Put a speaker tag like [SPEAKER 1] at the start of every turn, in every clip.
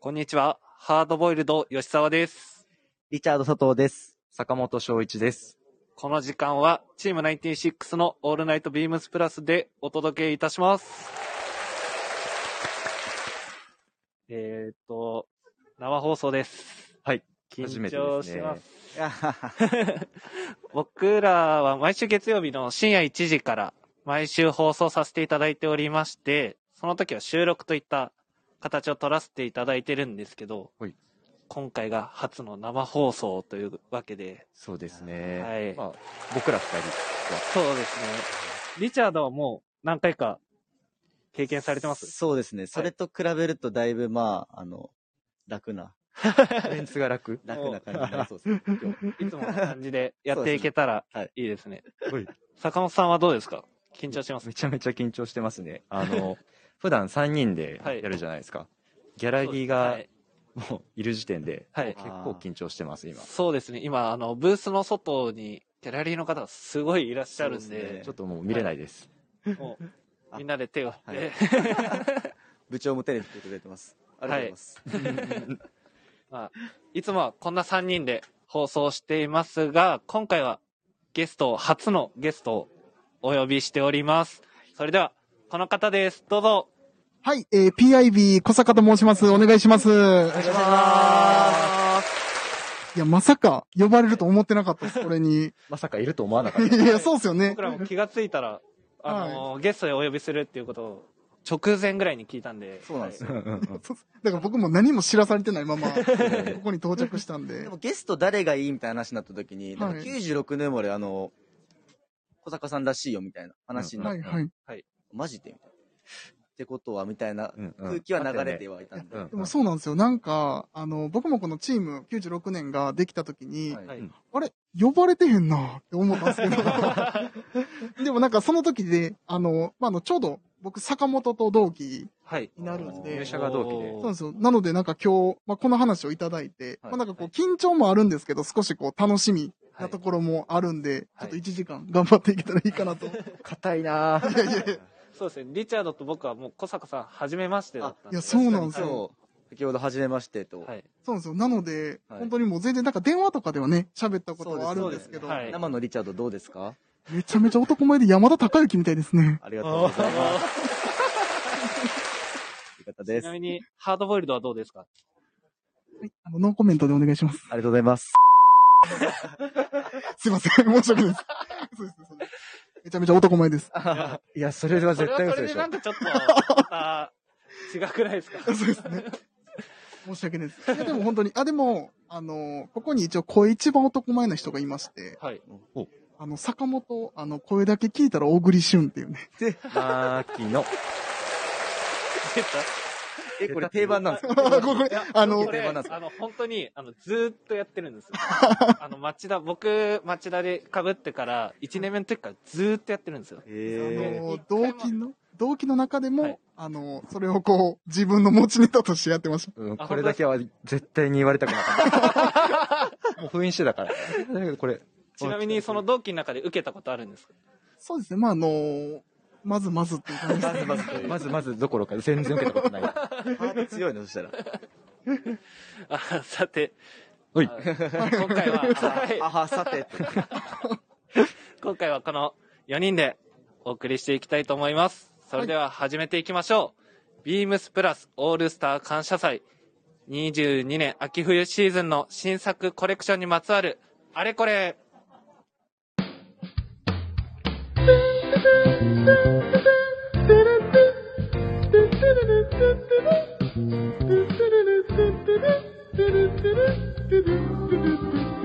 [SPEAKER 1] こんにちは。ハードボイルド吉沢です。
[SPEAKER 2] リチャード佐藤です。坂本翔一です。
[SPEAKER 1] この時間はチーム96のオールナイトビームスプラスでお届けいたします。えーっと、生放送です。
[SPEAKER 2] はい。初
[SPEAKER 1] 緊
[SPEAKER 2] めて
[SPEAKER 1] 張
[SPEAKER 2] で
[SPEAKER 1] し
[SPEAKER 2] すね
[SPEAKER 1] ます。
[SPEAKER 2] は
[SPEAKER 1] 僕らは毎週月曜日の深夜1時から毎週放送させていただいておりまして、その時は収録といった形を取らせていただいてるんですけど、
[SPEAKER 2] はい
[SPEAKER 1] 今回が初の生放送というわけで、
[SPEAKER 2] そうですね。
[SPEAKER 1] はい
[SPEAKER 2] まあ、僕ら二人は。
[SPEAKER 1] そうですね。リチャードはもう何回か経験されてます
[SPEAKER 3] そうですね。それと比べるとだいぶ、まあ、あの、楽な、
[SPEAKER 2] メンツが楽
[SPEAKER 3] 楽な感じになりそうですね。今日
[SPEAKER 1] いつもの感じでやっていけたら
[SPEAKER 3] そうです
[SPEAKER 1] いいですね。
[SPEAKER 2] はい
[SPEAKER 1] 坂本さんはどうですか緊張します
[SPEAKER 2] めちゃめちゃ緊張してますね。あの、 普段三人で
[SPEAKER 1] は
[SPEAKER 2] や
[SPEAKER 1] い
[SPEAKER 2] るじゃないですか。ギャラリーが
[SPEAKER 1] はい
[SPEAKER 2] もういる時点で、
[SPEAKER 1] はい
[SPEAKER 2] 結構緊張してます、今。
[SPEAKER 1] そうですね、今、あの、ブースの外に、ギャラリーの方がすごいいらっしゃるん
[SPEAKER 3] そうで
[SPEAKER 1] で、
[SPEAKER 2] ちょっともう見れないです。
[SPEAKER 1] もう、
[SPEAKER 3] あ
[SPEAKER 1] みんなで手を振って、
[SPEAKER 3] 部長もテレビ出てくれてます。ありがとうございます。
[SPEAKER 1] いつもはこんな3人で放送していますが、今回はゲストを、初のゲストをお呼びしております。それでは、この方です。どうぞ。
[SPEAKER 4] はい、えー、PIB 小坂と申します。お願いします。
[SPEAKER 1] お願いしす。
[SPEAKER 4] いや、まさか呼ばれると思ってなかっ たです、これに。
[SPEAKER 2] まさかいると思わなかっ
[SPEAKER 4] い
[SPEAKER 2] た。
[SPEAKER 4] や、そうっすよね
[SPEAKER 1] 僕。らも気がついたら、あの、ゲストでお呼びするっていうことを、直前ぐらいに聞いたんで。
[SPEAKER 3] そうなんですよ
[SPEAKER 2] うんうんうん
[SPEAKER 4] そうっすだから僕も何も知らされてない まま、ここに到着したん
[SPEAKER 3] で
[SPEAKER 4] で
[SPEAKER 3] も。ゲスト誰がいいみたいな話になった時に、なんか
[SPEAKER 4] はい
[SPEAKER 3] 96年生まれ、あの、小坂さんらしいよみたいな話になっ
[SPEAKER 4] は
[SPEAKER 3] て、
[SPEAKER 4] いはい。
[SPEAKER 3] マジでみたいな。ってことは、みたいな
[SPEAKER 2] うんうん
[SPEAKER 3] 空気は流れてはいたんで。
[SPEAKER 2] うん
[SPEAKER 4] でもそうなんですよ。なんか、あの、僕もこのチーム96年ができた時に、
[SPEAKER 3] はい
[SPEAKER 1] はい
[SPEAKER 4] あれ呼ばれてへんなって思ったんです けど。でもなんかその時で、あの、まあ、あの、ちょうど僕坂本と同期
[SPEAKER 1] はい。
[SPEAKER 4] になるんで
[SPEAKER 2] 入。社が同期で
[SPEAKER 4] そうなんですよ。なので、なんか今日、まあ、この話をいただいて、
[SPEAKER 3] はい
[SPEAKER 4] まあ、なんかこう、緊張もあるんですけど、少しこう、楽しみなところもあるんで、
[SPEAKER 1] はい
[SPEAKER 4] ちょっと1時間頑張っていけたらいい かなと。い
[SPEAKER 2] 硬いなぁ
[SPEAKER 4] やいやいや、
[SPEAKER 1] そうですね。リチャードと僕はもう小坂さん、初めましてだったんで。
[SPEAKER 4] いやそうなんですよ。
[SPEAKER 3] そう。先ほど初めましてと。
[SPEAKER 1] はい。
[SPEAKER 4] そうなんですよ。なので、
[SPEAKER 3] はい
[SPEAKER 4] 本当にもう全然、なんか電話とかではね、喋ったことはあるんですけ
[SPEAKER 1] そうですね
[SPEAKER 4] ど、
[SPEAKER 1] はい
[SPEAKER 3] 生のリチャードどうですか
[SPEAKER 4] めちゃめちゃ男前で山田孝之みたいですね。
[SPEAKER 3] ありがとうございます。ありがとう
[SPEAKER 1] ち
[SPEAKER 3] です。
[SPEAKER 1] な
[SPEAKER 3] あ
[SPEAKER 1] み
[SPEAKER 3] り
[SPEAKER 1] に、ハードボイルドはどうですか
[SPEAKER 4] あの、ノーコメントでお願いします。
[SPEAKER 3] がとうございます。
[SPEAKER 4] すいません。申し訳ないです。 そうですねそうですめちゃめちゃ男前です。
[SPEAKER 2] いや、それは絶対
[SPEAKER 1] それ
[SPEAKER 2] 嘘で
[SPEAKER 1] はそれで
[SPEAKER 2] し
[SPEAKER 1] な
[SPEAKER 2] ょ
[SPEAKER 1] ん。かちょっと、また違くないですか
[SPEAKER 4] そうですね。申し訳ないです。いや、でも本当に、あ、でも、あの、ここに一応声一番男前な人がいまして、
[SPEAKER 1] はい。
[SPEAKER 4] あの、坂本、あの、声だけ聞いたら小栗旬っていうね。
[SPEAKER 2] マーキ の。
[SPEAKER 1] 出た
[SPEAKER 3] え、これ定番なんですか
[SPEAKER 4] あこれ、あの
[SPEAKER 1] こ、
[SPEAKER 3] 定
[SPEAKER 1] れ、
[SPEAKER 3] 番なんですか
[SPEAKER 1] あの、本当に、あの、ずーっとやってるん ですよ。あの、町田、僕、町田で被ってから、1年目の時からずーっとやってるんですよ。
[SPEAKER 4] あ
[SPEAKER 3] え
[SPEAKER 4] の、同期の、同期の中でも、
[SPEAKER 1] はい
[SPEAKER 4] あの、それをこう、自分の持ちネタとしてやってました。
[SPEAKER 2] うん、
[SPEAKER 1] あ
[SPEAKER 2] これだけは絶対に言われたくなか った。もう封印してたから。だけど これ。
[SPEAKER 1] ちなみに、その同期の中で受けたことあるんですか
[SPEAKER 4] そうですね、まあ、あの、まずまずっていう感じです。
[SPEAKER 3] まずまずという。
[SPEAKER 2] まずまずどころか全然受けたことない。
[SPEAKER 3] ハート強いの、そしたら。
[SPEAKER 1] あさて、
[SPEAKER 2] おい
[SPEAKER 1] あ 今回 は、はい
[SPEAKER 3] あは、さてと。
[SPEAKER 1] 今回はこの4人でお送りしていきたいと思います。それでは始めていきましょう。ビームスプラスオールスター感謝祭22年秋冬シーズンの新作コレクションにまつわるあれこれ。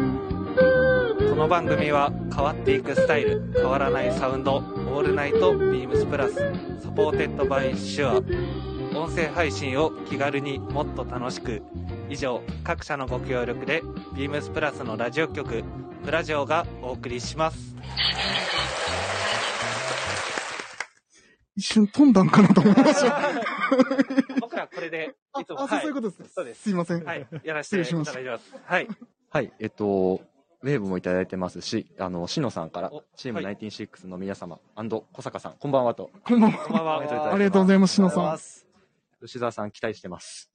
[SPEAKER 1] この番組は変わっていくスタイル変わらないサウンドオールナイトビームスプラスサポーテッドバイシュア音声配信を気軽にもっと楽しく以上各社のご協力でビームスプラスのラジオ局プラジオがお送りし ます
[SPEAKER 4] 一瞬飛んだんかなと 思いました。
[SPEAKER 1] 僕らこれで
[SPEAKER 4] あ
[SPEAKER 1] いつ、も
[SPEAKER 4] あそうそういうことですね。
[SPEAKER 1] そうです
[SPEAKER 4] すいません。
[SPEAKER 1] はい、やらせていただきますはい
[SPEAKER 2] はい、えっと、ウェーブもいただいてますし、あの、しのさんから
[SPEAKER 1] お、
[SPEAKER 2] チーム
[SPEAKER 1] は
[SPEAKER 2] 96の皆様、小坂さん、こんばんはと。
[SPEAKER 4] こんばん
[SPEAKER 1] こんば
[SPEAKER 4] は。
[SPEAKER 1] ん
[SPEAKER 2] コメントいた
[SPEAKER 1] は
[SPEAKER 2] だいてます
[SPEAKER 4] ありがとうございます、し
[SPEAKER 3] あり
[SPEAKER 4] の
[SPEAKER 3] がとうござい
[SPEAKER 4] さ
[SPEAKER 3] ま
[SPEAKER 4] ん。
[SPEAKER 3] す。
[SPEAKER 2] 吉沢さん期待して ます。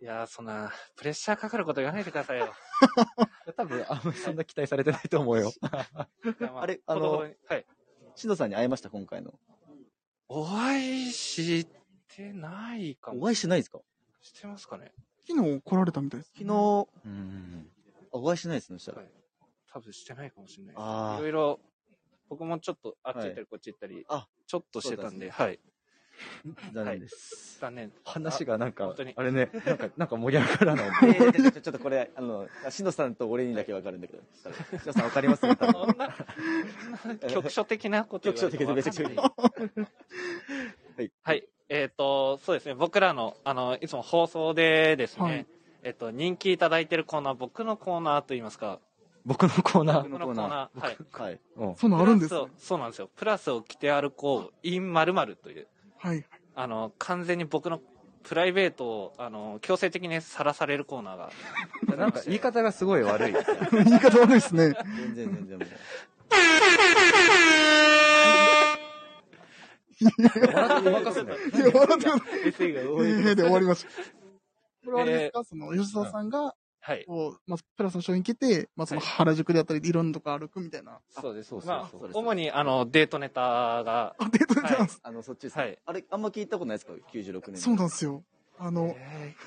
[SPEAKER 1] いやー、そんな、プレッシャーかかること言わないでください よ。
[SPEAKER 2] 多分、あんまりそんな期待されてないと思うよ。
[SPEAKER 1] いやま
[SPEAKER 3] あれ
[SPEAKER 1] ほどほどにはい。
[SPEAKER 3] しのさんに会えました、今回の。
[SPEAKER 1] お会いしてないか
[SPEAKER 3] お
[SPEAKER 1] も。
[SPEAKER 3] 会いしてないですか
[SPEAKER 1] してますかね
[SPEAKER 4] 昨日来られたみたいです。
[SPEAKER 3] 昨日、
[SPEAKER 2] うん。
[SPEAKER 3] あお会いしてないですね、そした
[SPEAKER 1] は
[SPEAKER 3] ら
[SPEAKER 1] い。多分してないかもしれないです。
[SPEAKER 3] あー
[SPEAKER 1] いろいろ、僕もちょっとあっち行った
[SPEAKER 3] は
[SPEAKER 1] りこっち行ったり、
[SPEAKER 3] あ
[SPEAKER 1] ちょっとしてたんで、
[SPEAKER 3] そう
[SPEAKER 1] はい。
[SPEAKER 3] 残念です。
[SPEAKER 1] 残念。
[SPEAKER 2] 話がなん
[SPEAKER 1] あ
[SPEAKER 2] か
[SPEAKER 1] 本当に、
[SPEAKER 2] あれね、なんか、なんか盛り上がらない。
[SPEAKER 3] えーちょちょちょっとこれ、あの、しのさんと俺にだけわかるんだけど、しのさんわかりますよ、多
[SPEAKER 1] そ
[SPEAKER 3] 分
[SPEAKER 1] んな、そんな局所的なこと言われてもわかんない
[SPEAKER 3] 局所的ではい。
[SPEAKER 1] はい。えっ、と、そうですね。僕らの、あの、いつも放送でですね、
[SPEAKER 4] はい
[SPEAKER 1] えっ、と、人気いただいてるコーナー、僕のコーナーといいますか、
[SPEAKER 2] 僕のコーナ
[SPEAKER 1] 僕
[SPEAKER 2] ー。
[SPEAKER 1] のコーナー、はい。
[SPEAKER 3] はい。
[SPEAKER 2] うん。
[SPEAKER 4] そんなんあるんです
[SPEAKER 1] プラ
[SPEAKER 4] ね
[SPEAKER 1] スをそうなんですよ。プラスを着て歩こう、in 〇〇という、
[SPEAKER 4] はい。
[SPEAKER 1] あの、完全に僕のプライベートを、あの、強制的にさらされるコーナーが。
[SPEAKER 2] なんか言い方がすごい悪い。
[SPEAKER 4] 言い 方悪いですね。
[SPEAKER 3] 全然全然もう。
[SPEAKER 2] 笑ってごまかすね。
[SPEAKER 4] いや、笑ってます。
[SPEAKER 3] SE が多
[SPEAKER 4] いいねで終わりま した。これはあれで
[SPEAKER 1] え
[SPEAKER 4] すか、その、吉沢さんが、
[SPEAKER 1] はい。
[SPEAKER 4] こう、まあ、プラスの商品来て、まあ、その
[SPEAKER 1] はい
[SPEAKER 4] 原宿であったり、いろんなとこ歩くみたいな。
[SPEAKER 1] そうです。
[SPEAKER 2] そうそう
[SPEAKER 1] まあ
[SPEAKER 3] そうで、す
[SPEAKER 1] 主に、あの、デートネタが、
[SPEAKER 4] あ、デートでなんです。
[SPEAKER 3] あの、そっちです。
[SPEAKER 1] はい。
[SPEAKER 3] あれ、あんま聞いたことないですか ?96 年。
[SPEAKER 4] そうなん
[SPEAKER 3] ん
[SPEAKER 4] ですよ。あの、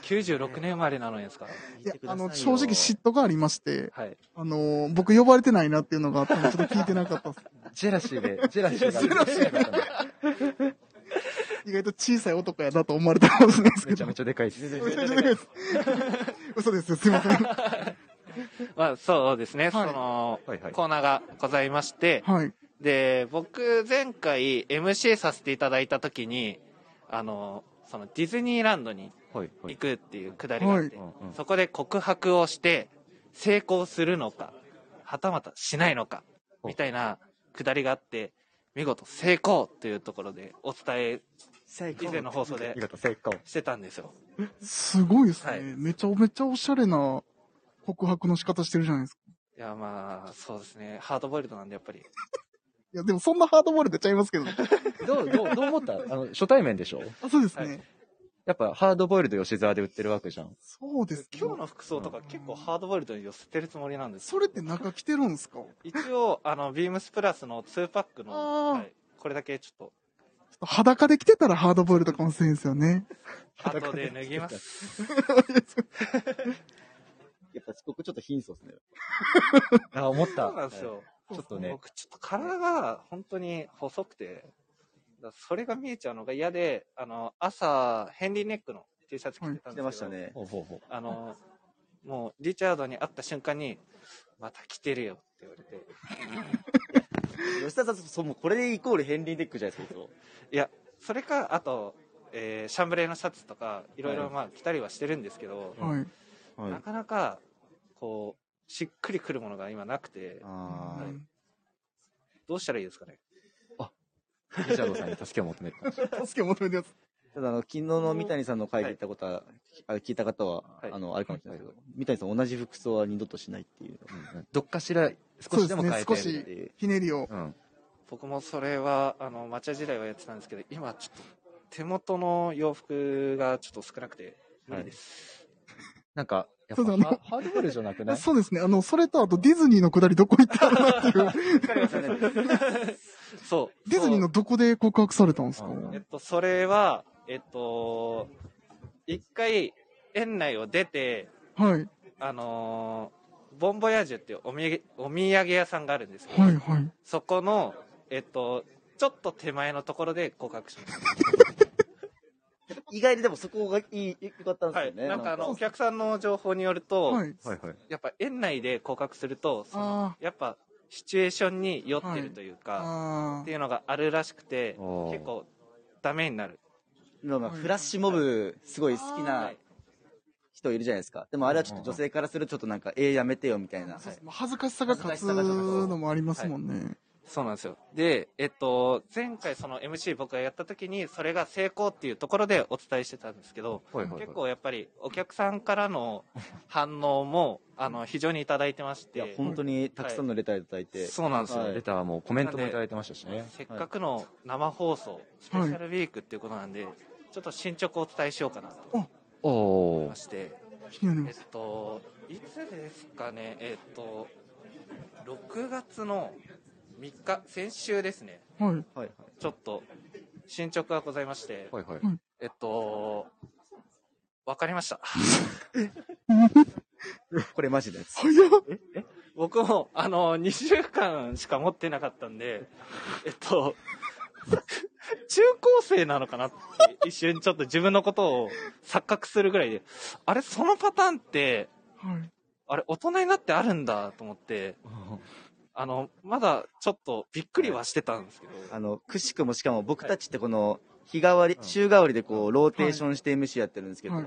[SPEAKER 1] 96年生まれなのにですか
[SPEAKER 4] いや、あの、正直嫉妬がありまして、
[SPEAKER 1] はい。
[SPEAKER 4] あの、僕呼ばれてないなっていうのがあったので、ちょっと聞いてなかったです。
[SPEAKER 2] ジェラシーで、ジェラシーが。
[SPEAKER 4] 意外と小さい男やなと思われたかもしれないですけ
[SPEAKER 2] めちゃ
[SPEAKER 4] ど。
[SPEAKER 2] めちゃでかいです。
[SPEAKER 4] 嘘です。嘘ですよ、すいません。は
[SPEAKER 1] まあ、そうですね。
[SPEAKER 4] はい
[SPEAKER 1] その、
[SPEAKER 2] はいはい
[SPEAKER 1] コーナーがございまして、
[SPEAKER 4] い。
[SPEAKER 1] で、僕、前回 MC させていただいたときに、あの、その、ディズニーランドに
[SPEAKER 2] はい
[SPEAKER 1] 行
[SPEAKER 2] はい。
[SPEAKER 1] くっていうくだりがあって、
[SPEAKER 2] うんうん
[SPEAKER 1] そこで告白をして、成功するのか、はたまたしないのか、
[SPEAKER 2] ほう
[SPEAKER 1] みたいなくだりがあって、見事成功というところでお伝え
[SPEAKER 3] 最高
[SPEAKER 1] 以前の放送で
[SPEAKER 2] 見事成功。
[SPEAKER 1] してたんですよ。
[SPEAKER 4] すごいですね。
[SPEAKER 1] はい
[SPEAKER 4] めちゃめちゃおしゃれな告白の仕方してるじゃないですか。
[SPEAKER 1] いや、まあ、そうですね。ハードボイルドなんで、やっぱり。
[SPEAKER 4] いや、でもそんなハードボール出ちゃいますけど。
[SPEAKER 2] どう、どう、どう思ったあの、初対面でしょ
[SPEAKER 4] あそうですね。
[SPEAKER 1] は
[SPEAKER 2] やっぱ、ハードボイルド吉沢で売ってるわけじゃん。
[SPEAKER 4] そうです、ね。
[SPEAKER 1] 今日の服装とか結構ハードボイルドに寄せてるつもりなんです
[SPEAKER 4] それって中着てるんですかちょ
[SPEAKER 1] 一応、あの、ビームスプラスの2パックの、
[SPEAKER 4] あー
[SPEAKER 1] はい、これだけちょっ
[SPEAKER 4] っと裸で着てたらハードボールとかもせんですよね。
[SPEAKER 1] と、後で脱ぎます。
[SPEAKER 3] やっぱここちょっと貧相ですね。
[SPEAKER 2] あ、思っ
[SPEAKER 1] そ
[SPEAKER 2] た
[SPEAKER 1] う。なんですよ。
[SPEAKER 2] ちょっとね、
[SPEAKER 1] 僕、ちょっと体が本当に細くて、だからそれが見えちゃうのが嫌で、あの、朝、ヘンリーネックの T シャツ着てたんですけど、
[SPEAKER 3] 来てましたね。
[SPEAKER 2] ほうほうほ
[SPEAKER 1] あの、もう、リチャードに会った瞬間に、また来てるよって言われて、
[SPEAKER 3] 吉田さん、そう、もうこれでイコールヘンリー・デックじゃないですか、いつも
[SPEAKER 1] いや、それか、あと、えーシャンブレーのシャツとか、いろい
[SPEAKER 3] は
[SPEAKER 1] ろ
[SPEAKER 3] い
[SPEAKER 1] まあ着たりはしてるんですけど、
[SPEAKER 4] はい。
[SPEAKER 2] う。は。
[SPEAKER 1] ないかなか、こう、しっくりくるものが今なくて、
[SPEAKER 3] あー
[SPEAKER 1] どうしたらいいですかね。
[SPEAKER 2] リチャードさんに助けを求めてた。
[SPEAKER 4] 助けを求めてやつ。
[SPEAKER 3] ただ、あの、昨日の三谷さんの会議行ったことは、あ聞いた方は、
[SPEAKER 1] はい
[SPEAKER 3] あの、あれかもしれないですけど、三谷さん同じ服装は二度としないっていう。
[SPEAKER 2] うんどっかしら、少しでも変えて
[SPEAKER 4] そ
[SPEAKER 2] み
[SPEAKER 4] うですね
[SPEAKER 2] る。
[SPEAKER 3] っていう
[SPEAKER 4] ひねりを。
[SPEAKER 2] うん。
[SPEAKER 1] 僕もそれは、あの、抹茶時代はやってたんですけど、今ちょっと、手元の洋服がちょっと少なくて、無理です。
[SPEAKER 2] なんか、やっ
[SPEAKER 4] そう
[SPEAKER 2] ぱ
[SPEAKER 4] だね
[SPEAKER 2] ハ、ハードボイルドじゃなくない
[SPEAKER 4] そうですね。あの、それとあとディズニーのくだりどこ行ったのっていう。
[SPEAKER 1] そう。
[SPEAKER 4] ディズニーのどこで告白されたんですか
[SPEAKER 2] うん
[SPEAKER 1] えっと、それは、えっと、一回、園内を出て、
[SPEAKER 4] はい。
[SPEAKER 1] あのーボンボヤージュっていうおみお土産屋さんがあるんですけど、
[SPEAKER 4] はい、はい。
[SPEAKER 1] そこの、えっと、ちょっと手前のところで告白しまし
[SPEAKER 3] 意外にでもそこがいい、よかったん
[SPEAKER 1] た。
[SPEAKER 3] ですよ
[SPEAKER 1] はい。
[SPEAKER 3] ね。
[SPEAKER 1] なんかあの、
[SPEAKER 3] な
[SPEAKER 1] お
[SPEAKER 3] んか
[SPEAKER 1] 客さんの情報によると、
[SPEAKER 4] はい。
[SPEAKER 2] はいはい。
[SPEAKER 1] やっぱ園内で告白すると、その
[SPEAKER 4] あ
[SPEAKER 1] やっぱシチュエーションに酔ってるというか、
[SPEAKER 4] あ。あ
[SPEAKER 1] って
[SPEAKER 4] あ。
[SPEAKER 1] いうのがあるらしくて、
[SPEAKER 2] おー
[SPEAKER 1] 結構ダメになる。
[SPEAKER 3] でもフラッシュモブ、すごい好き
[SPEAKER 1] は。
[SPEAKER 3] ない人いるじゃないですか。でもあれはちょっと女性からするとちょっとなんか、えー、やめてよみたいな。
[SPEAKER 4] そうですね恥ずかしさが勝つのもありますもんね。
[SPEAKER 1] そうなんですよ。で、えっと、前回その MC 僕がやった時に、それが成功っていうところでお伝えしてたんですけど、
[SPEAKER 2] はいはいはい
[SPEAKER 1] 結構やっぱりお客さんからの反応も、あの、非常にいただいてまし
[SPEAKER 3] いや、
[SPEAKER 1] て、
[SPEAKER 3] 本当にたくさんのレターいただいて。
[SPEAKER 1] そうなんですよ。
[SPEAKER 3] はい
[SPEAKER 2] レターもコメントもいただいてましたしね。
[SPEAKER 1] せっかくの生放送、スペシャルウィークっていうことなんで、ちょっと進捗をお伝えしようかなと
[SPEAKER 2] お
[SPEAKER 1] 思い
[SPEAKER 2] お
[SPEAKER 1] ま。して、
[SPEAKER 4] 気になり
[SPEAKER 1] え
[SPEAKER 4] ま
[SPEAKER 1] っ
[SPEAKER 4] す。
[SPEAKER 1] と、いつですかね、えっと、6月の3日、先週ですね、
[SPEAKER 4] はい。はい。
[SPEAKER 5] はい。
[SPEAKER 1] ちょっと進捗がございまして、
[SPEAKER 2] はいはい。
[SPEAKER 1] えっと、わかりました。
[SPEAKER 5] これマジのやつ。
[SPEAKER 4] 早っ
[SPEAKER 1] 僕も、あの、2週間しか持ってなかったんで、えっと、中高生なのかなって、一瞬ちょっと自分のことを錯覚するぐらいで、あれ、そのパターンって、
[SPEAKER 4] はい。
[SPEAKER 1] あれ、大人になってあるんだと思って、あの、まだちょっとびっくりはしてたんですけど、
[SPEAKER 5] あの、くしくもしかも僕たちってこの、日替わり、週替わりでこう、ローテーションして MC やってるんですけど、
[SPEAKER 4] はい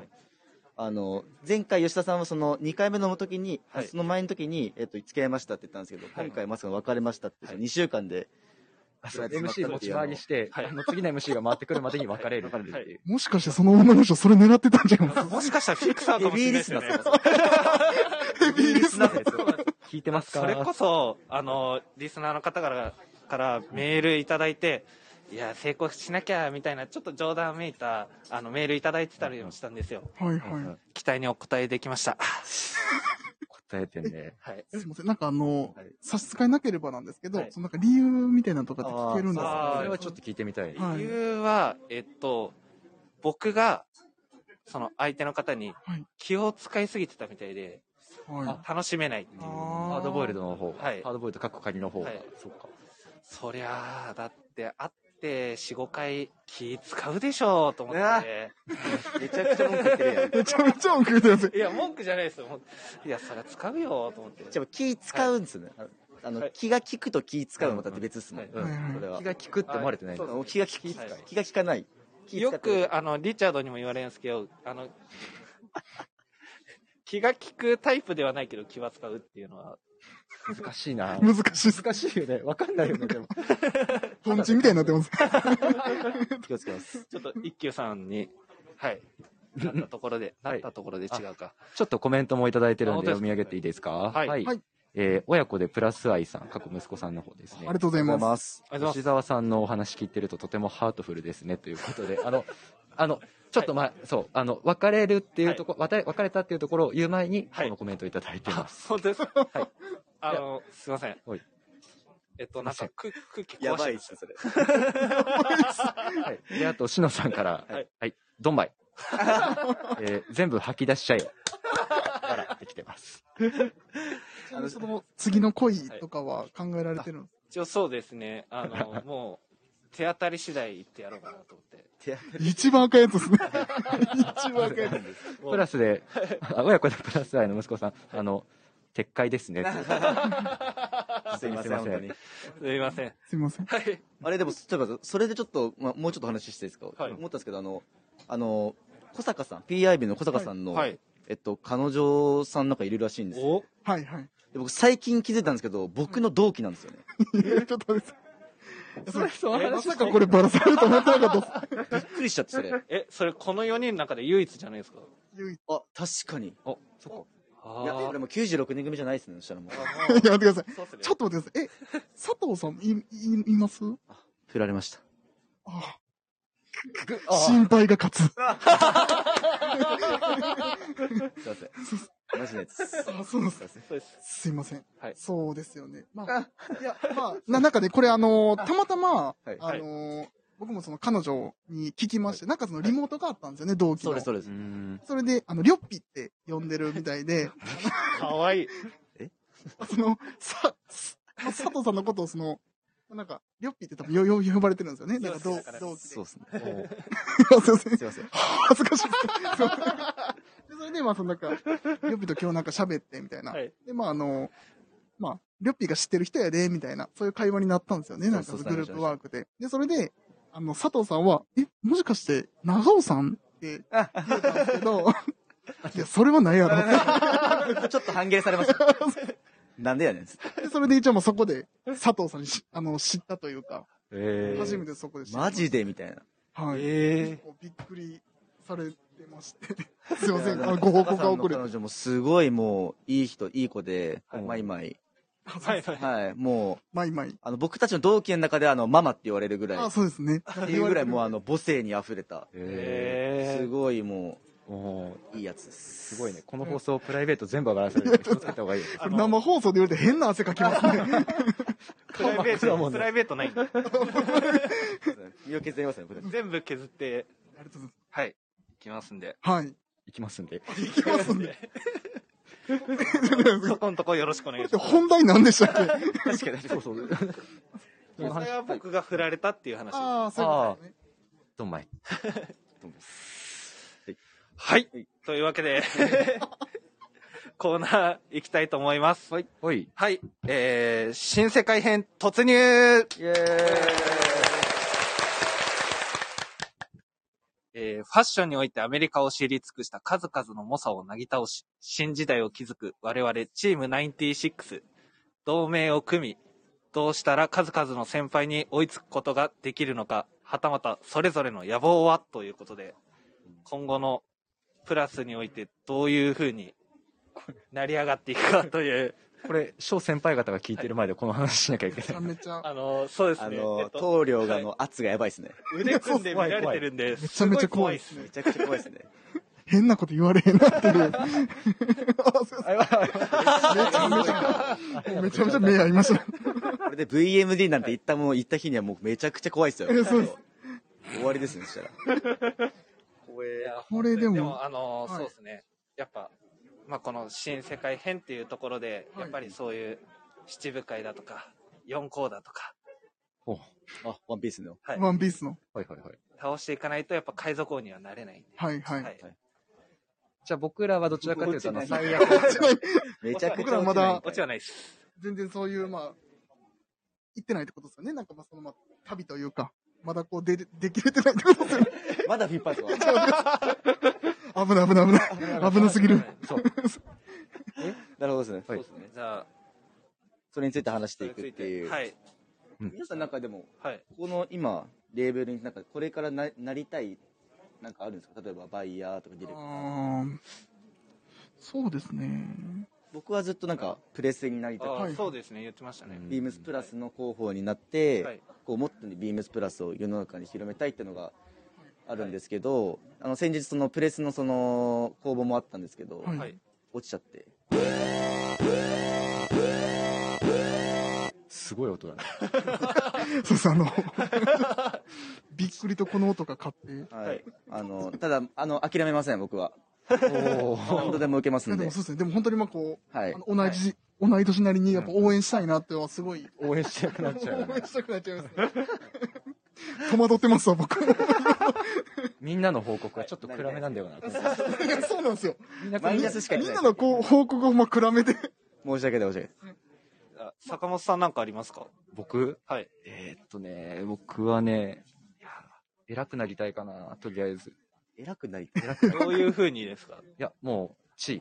[SPEAKER 5] あの、前回吉田さんはその2回目の時に、
[SPEAKER 1] はい
[SPEAKER 5] その前の時に、えっと、付き合いましたって言ったんですけど、
[SPEAKER 1] はい
[SPEAKER 5] 今回まさか別れましたって、2週間で、
[SPEAKER 2] あそう MC 持ち回りして、
[SPEAKER 1] はい
[SPEAKER 2] あの次の MC が回ってくるまでに別れるって
[SPEAKER 5] はい
[SPEAKER 2] いう。
[SPEAKER 1] はい
[SPEAKER 4] もしかしてその女の人それ狙ってたんじゃない
[SPEAKER 1] もしかしたらフィクサーかもしれないですよね
[SPEAKER 5] ヘビーリスナー。
[SPEAKER 4] ヘビーリスナー。
[SPEAKER 2] 聞いてますか
[SPEAKER 1] それこそ、あの、リスナーの方から、からメールいただいて、いや、成功しなきゃ、みたいな、ちょっと冗談めいた、あの、メールいただいてたりもしたんですよ。
[SPEAKER 4] はいは
[SPEAKER 1] 期待にお応えできました。
[SPEAKER 2] 答えてね。
[SPEAKER 1] はい。
[SPEAKER 4] い。すいません。なんかあの、
[SPEAKER 5] はい
[SPEAKER 4] 差し支えなければなんですけど、
[SPEAKER 1] はい
[SPEAKER 4] そのなんか理由みたいなのとかって聞けるんです
[SPEAKER 1] あ
[SPEAKER 4] か
[SPEAKER 1] ー
[SPEAKER 2] それはちょっと聞いてみたい。
[SPEAKER 4] はい
[SPEAKER 1] 理由は、えっと、僕が、その相手の方に
[SPEAKER 4] はい
[SPEAKER 1] 気を使いすぎてたみたいで、
[SPEAKER 4] はい。
[SPEAKER 1] 楽しめないっていう。
[SPEAKER 4] あ
[SPEAKER 2] ハードボイルドの方、
[SPEAKER 1] はい
[SPEAKER 2] ハードボイルドかっこ仮の方、
[SPEAKER 1] はい
[SPEAKER 2] そうか。
[SPEAKER 1] そりゃあ、だって会って4、5回気使うでしょうと思って。
[SPEAKER 5] めちゃくちゃ文句言ってるやん。
[SPEAKER 4] めちゃめちゃ文句言ってます。
[SPEAKER 1] いや、文句じゃないですよ。ほんいや、そりゃ使うよと思って。
[SPEAKER 5] じゃあ気使うんですね。あの、
[SPEAKER 1] はい
[SPEAKER 5] 気が利くと気使うのまた別っすね。
[SPEAKER 2] うん
[SPEAKER 4] はいはい
[SPEAKER 5] これは
[SPEAKER 2] 気。が利くって思われてない。
[SPEAKER 1] はいそう
[SPEAKER 5] 気が利く
[SPEAKER 1] はい。
[SPEAKER 5] 気が利かない。気使
[SPEAKER 1] よ
[SPEAKER 5] ってる
[SPEAKER 1] く、あの、リチャードにも言われるんですけど、あの、 気が利くタイプではないけど気は使うっていうのは、
[SPEAKER 2] 難しいな。
[SPEAKER 4] 難しいっす。
[SPEAKER 2] 難しいよね。わかんないよね、でも。
[SPEAKER 4] 凡人みたいになってます。
[SPEAKER 5] 気をつけます。
[SPEAKER 1] ちょっと一休さんに、はい、なったとこ ろで、
[SPEAKER 2] はい
[SPEAKER 1] なったところで違うか。
[SPEAKER 2] ちょっとコメントもいただいてるん
[SPEAKER 1] あ
[SPEAKER 2] で
[SPEAKER 1] 本当です
[SPEAKER 2] 読
[SPEAKER 1] か
[SPEAKER 2] み上げていいですか
[SPEAKER 1] はい
[SPEAKER 4] はい
[SPEAKER 2] えー親子でプラス愛さん、過去息子さんの方です
[SPEAKER 4] あり
[SPEAKER 2] ね
[SPEAKER 4] が。とうござい
[SPEAKER 5] ありがとうござい
[SPEAKER 4] ま。
[SPEAKER 5] ますす。
[SPEAKER 1] ありがとうござ
[SPEAKER 2] 吉
[SPEAKER 1] い
[SPEAKER 2] 沢さんのお話聞いてるととてもハートフルですね、ということで。あの、あの、ちょっと前、そう、あの、別れるっていうとこ、わた別れたっていうところを言う前に、
[SPEAKER 1] はい
[SPEAKER 2] このコメントいただいて
[SPEAKER 1] ま。
[SPEAKER 2] ますす。
[SPEAKER 1] 本当ですか
[SPEAKER 2] はい。
[SPEAKER 1] あの、すいません
[SPEAKER 2] はい。
[SPEAKER 1] えっと、なんか、く空気
[SPEAKER 5] や
[SPEAKER 1] 壊し
[SPEAKER 5] ば
[SPEAKER 1] て
[SPEAKER 5] いっ
[SPEAKER 1] ます
[SPEAKER 5] ね、それ。
[SPEAKER 2] はい。で、あと、しのさんから、
[SPEAKER 1] は
[SPEAKER 2] はいい。ドンマイ。えー全部吐き出しちゃえよ。から、できてます。
[SPEAKER 4] ちなみにその次の恋とかは考えられてるんです
[SPEAKER 1] 一応そうですね。あの、もう、手当たり次第行ってやろうかなと思って。
[SPEAKER 4] 一番赤いやつです ね。一番赤いやつ。
[SPEAKER 1] もう
[SPEAKER 2] プラスで、あ親子でプラス愛の息子さん、あの、撤回ですね。
[SPEAKER 5] すいません、本当に。
[SPEAKER 1] すいません。
[SPEAKER 4] すみません。
[SPEAKER 1] はい。
[SPEAKER 5] あれでも、例えば、それでちょっと、まあ、もうちょっと話していいですか、
[SPEAKER 1] はい
[SPEAKER 5] 思ったんですけど、あの、あの、小坂さん、PIB の小坂さんの、
[SPEAKER 1] はい。
[SPEAKER 5] えっと、彼女さんなんかいるらしいんですよ
[SPEAKER 1] お
[SPEAKER 4] はいはい。
[SPEAKER 5] で僕、最近気づいたんですけど、僕の同期なんですよね。
[SPEAKER 4] ちょっとです。それ、
[SPEAKER 2] その
[SPEAKER 4] まさかこれバラされると思ってな かったです。
[SPEAKER 5] びっくりしちゃって、それ。
[SPEAKER 1] え、それこの4人の中で唯一じゃないですか
[SPEAKER 4] 唯一
[SPEAKER 5] あ、確かに。
[SPEAKER 2] お、そこ。
[SPEAKER 1] あ
[SPEAKER 5] いや、で
[SPEAKER 1] も、
[SPEAKER 5] も96年組じゃないですね、そしたらもう。
[SPEAKER 4] やめてください。
[SPEAKER 1] そうっすね
[SPEAKER 4] ちょっと待ってください。え、佐藤さん、い、い、います
[SPEAKER 5] 振られました。
[SPEAKER 4] あ
[SPEAKER 2] あ
[SPEAKER 4] あ心配が勝つ。
[SPEAKER 5] すいま せん。マジのやつです。
[SPEAKER 4] あそうです
[SPEAKER 5] すい。ません。
[SPEAKER 1] そうです。
[SPEAKER 4] すいません。
[SPEAKER 1] はい
[SPEAKER 4] そうですよね。まあ、いや、まあ、な、なんかね、これあのーたまたま、
[SPEAKER 5] はい
[SPEAKER 4] あのー僕もその彼女に聞きまして、なんかそのリモートがあったんですよね、同期
[SPEAKER 5] そ
[SPEAKER 4] の。
[SPEAKER 5] うです、そうで
[SPEAKER 2] う
[SPEAKER 5] す
[SPEAKER 2] ー。ん。
[SPEAKER 4] それで、あの、りょっぴって呼んでるみたいで、
[SPEAKER 1] かわいい。
[SPEAKER 4] その、さ、す佐藤さんのことをその、なんか、りょっぴって多分よ、よ、呼ばれてるんですよね。なんか同
[SPEAKER 1] そうです
[SPEAKER 4] 同期で
[SPEAKER 5] そう。ですね。
[SPEAKER 2] おー
[SPEAKER 4] すいません。
[SPEAKER 5] すいません。
[SPEAKER 4] 恥ずかしいです。そう でそれで、まあ、そのなんか、りょっぴと今日なんか喋って、みたいな。
[SPEAKER 1] はい。
[SPEAKER 4] で、まあ、あの、まあ、りょっぴが知ってる人やで、みたいな、そういう会話になったんですよね、なんか
[SPEAKER 5] そうそう
[SPEAKER 4] グループワークで。で、それで、あの、佐藤さんは、え、もしかして、長尾さんって言ったんですけ ど、いや、それはないやろ
[SPEAKER 5] ちょっと半減されました。 なんでやねんっつって。
[SPEAKER 4] でそれで一応もうそこで、佐藤さんにしあの、知ったというか、
[SPEAKER 2] えー
[SPEAKER 4] 初めてそこで知った。
[SPEAKER 5] マジでみたいな。
[SPEAKER 4] はい。
[SPEAKER 2] え
[SPEAKER 4] 結構びっくりされてまして。 すいません、あのご報告が遅
[SPEAKER 5] 彼
[SPEAKER 4] れて。
[SPEAKER 5] 女もすごいもう、いい人、いい子で、
[SPEAKER 2] は
[SPEAKER 5] 毎
[SPEAKER 2] い
[SPEAKER 5] 々、
[SPEAKER 1] はいはい。
[SPEAKER 5] はい、もう、
[SPEAKER 4] マイマイ。
[SPEAKER 5] あの、僕たちの同期の中で、あの、ママって言われるぐらい、
[SPEAKER 4] あ、
[SPEAKER 5] っ
[SPEAKER 4] そうですね。
[SPEAKER 5] ていうぐらい、もう、あの、母性に溢れた、
[SPEAKER 2] え
[SPEAKER 1] へ
[SPEAKER 5] す
[SPEAKER 1] ー
[SPEAKER 5] ごい、も
[SPEAKER 2] ー、も
[SPEAKER 5] う、いいやつです。
[SPEAKER 2] う、すごいね。この放送、プライベート全部上がらせるんで、気をつけた方がいい よ。
[SPEAKER 1] あの
[SPEAKER 4] 生放送で言われて変な汗かき ますね。
[SPEAKER 1] プライベ
[SPEAKER 2] そうだ
[SPEAKER 1] ー
[SPEAKER 2] も
[SPEAKER 1] ト、
[SPEAKER 2] ん
[SPEAKER 1] プ
[SPEAKER 2] ね
[SPEAKER 1] ライベートないんだ。
[SPEAKER 5] 身を削りますね、僕たち。
[SPEAKER 1] 全部削って、
[SPEAKER 4] ありがとうございます
[SPEAKER 1] はい、いきますんで。
[SPEAKER 4] はい。
[SPEAKER 2] いきますんで。
[SPEAKER 1] いきますんで。そこのとこよろしくお願いし
[SPEAKER 4] で
[SPEAKER 1] ます。
[SPEAKER 4] 本題何でしたっけ
[SPEAKER 5] 確かに、そうそう。
[SPEAKER 1] それは僕が振られたっていう話です。
[SPEAKER 4] ああ、そういうことですね。
[SPEAKER 2] どんまい。
[SPEAKER 1] はい。というわけで、コーナー行きたいと思います。はい。
[SPEAKER 2] おい。
[SPEAKER 1] えー、新世界編突入
[SPEAKER 5] イエー
[SPEAKER 1] えーファッションにおいてアメリカを知り尽くした数々の猛者をなぎ倒し、新時代を築く我々チーム96、同盟を組み、どうしたら数々の先輩に追いつくことができるのか、はたまたそれぞれの野望はということで、今後のプラスにおいてどういうふうに成り上がっていくかという、
[SPEAKER 2] これ、翔先輩方が聞いてる前でこの話しなきゃいけ
[SPEAKER 4] めち
[SPEAKER 2] な
[SPEAKER 4] ゃ
[SPEAKER 2] い。
[SPEAKER 4] めちゃ。
[SPEAKER 1] あの、そうです
[SPEAKER 5] あ
[SPEAKER 1] ね。えっ
[SPEAKER 5] の、
[SPEAKER 1] と
[SPEAKER 5] 棟梁が、あの、圧がやばいですね。
[SPEAKER 1] 腕組んで見られてるんで、
[SPEAKER 4] めちゃめちゃ怖
[SPEAKER 1] で
[SPEAKER 4] いですす
[SPEAKER 1] ごい怖い
[SPEAKER 5] めちゃくちゃ怖いですね。
[SPEAKER 4] 変なこと言われへんなってる。 あそう
[SPEAKER 2] あやばいやばい
[SPEAKER 4] そうめちゃめちゃ目合いました。
[SPEAKER 5] これで VMD なんて言ったもの、言った日にはもうめちゃくちゃ怖いですよ。
[SPEAKER 4] え そうです
[SPEAKER 5] 終わりですね、そしたら。
[SPEAKER 1] いや
[SPEAKER 4] これでも
[SPEAKER 1] でもあの、
[SPEAKER 4] はい
[SPEAKER 1] そうですねやっぱ、まあ、この「新世界編」っていうところで、
[SPEAKER 4] はい
[SPEAKER 1] やっぱりそういう七部会だとか四校だとか
[SPEAKER 2] おはい
[SPEAKER 5] あ、ワンピースの。
[SPEAKER 1] はい
[SPEAKER 4] ワンピースの。
[SPEAKER 2] はいはい。
[SPEAKER 1] 倒していかないとやっぱ海賊王にはなれないんで、
[SPEAKER 4] はいは
[SPEAKER 1] はい
[SPEAKER 4] い。
[SPEAKER 2] じゃあ僕らはどちらかというと、あの
[SPEAKER 5] 落ちない
[SPEAKER 2] 最悪。
[SPEAKER 5] めちゃくちゃ
[SPEAKER 4] 僕らまだ
[SPEAKER 1] 落ちはないです
[SPEAKER 4] 全然そういう、まあ、行ってないってことですよね。なんかまあ、そのまあ、旅というか、まだこう、で、できれてないってことですよね。
[SPEAKER 5] まだ引っ張るぞ。
[SPEAKER 4] 危ない危ない危ない。危なすぎる。
[SPEAKER 2] そう。
[SPEAKER 5] なるほどですね。
[SPEAKER 2] はい
[SPEAKER 5] そうですね。
[SPEAKER 1] じゃあ
[SPEAKER 5] それについて話し
[SPEAKER 1] そ
[SPEAKER 5] て
[SPEAKER 1] れに
[SPEAKER 5] いくっ
[SPEAKER 1] つい
[SPEAKER 5] ていう。
[SPEAKER 1] はい
[SPEAKER 5] 皆さんなんかでも、
[SPEAKER 1] はい
[SPEAKER 5] この今、レーベルになんかこれからななりたい、なんかあるんですか例えばバイヤーとかディレクター。
[SPEAKER 4] あーそうですね。
[SPEAKER 5] 僕はずっとなんかプレスになり
[SPEAKER 1] あ
[SPEAKER 5] た
[SPEAKER 1] ー、
[SPEAKER 5] くて、
[SPEAKER 4] はい
[SPEAKER 1] そうですね言ってましたね、
[SPEAKER 2] うん
[SPEAKER 5] ビームスプラスの広報になって、
[SPEAKER 1] はい
[SPEAKER 5] こうもっとビームスプラスを世の中に広めたいっていうのがあるんですけど、あの先日そのプレスのその公募もあったんですけど、
[SPEAKER 4] はい
[SPEAKER 1] はい
[SPEAKER 5] 落ちちゃって
[SPEAKER 2] すごい音だね。
[SPEAKER 4] そうです、あの、 びっくりとこの音が勝って。
[SPEAKER 5] はい、
[SPEAKER 1] はい
[SPEAKER 5] あのただあの諦めません僕は
[SPEAKER 2] おー
[SPEAKER 5] 何度でも受けます
[SPEAKER 4] いや
[SPEAKER 5] ん
[SPEAKER 4] で
[SPEAKER 5] で
[SPEAKER 4] もそうですね。でも本当にまあこう、
[SPEAKER 5] はい
[SPEAKER 4] あの同じ、同い年なりにやっぱ応援したいなってはすごい、
[SPEAKER 2] 応援したくなっちゃうよ
[SPEAKER 4] 応
[SPEAKER 2] ね
[SPEAKER 4] 援。したくなっちゃいますね。 戸惑ってますわ、僕。 い
[SPEAKER 2] みんなの報告はちょっと暗めなんだよな。
[SPEAKER 4] やそうなんですよ。
[SPEAKER 2] みんな
[SPEAKER 5] マイナスしか
[SPEAKER 4] み
[SPEAKER 5] 言
[SPEAKER 4] ん
[SPEAKER 5] え
[SPEAKER 4] な
[SPEAKER 5] ない
[SPEAKER 4] のこう、報告をまあ比べて。
[SPEAKER 5] 申し訳ない申し訳ない
[SPEAKER 1] あ坂本さんなんかありますか
[SPEAKER 2] 僕
[SPEAKER 1] はい
[SPEAKER 2] えーっとね、僕はね、いや偉くなりたいかな、とりあえず。
[SPEAKER 5] 偉くなりたい偉くなり
[SPEAKER 1] どういうふうにですか
[SPEAKER 2] いや、もう、地位。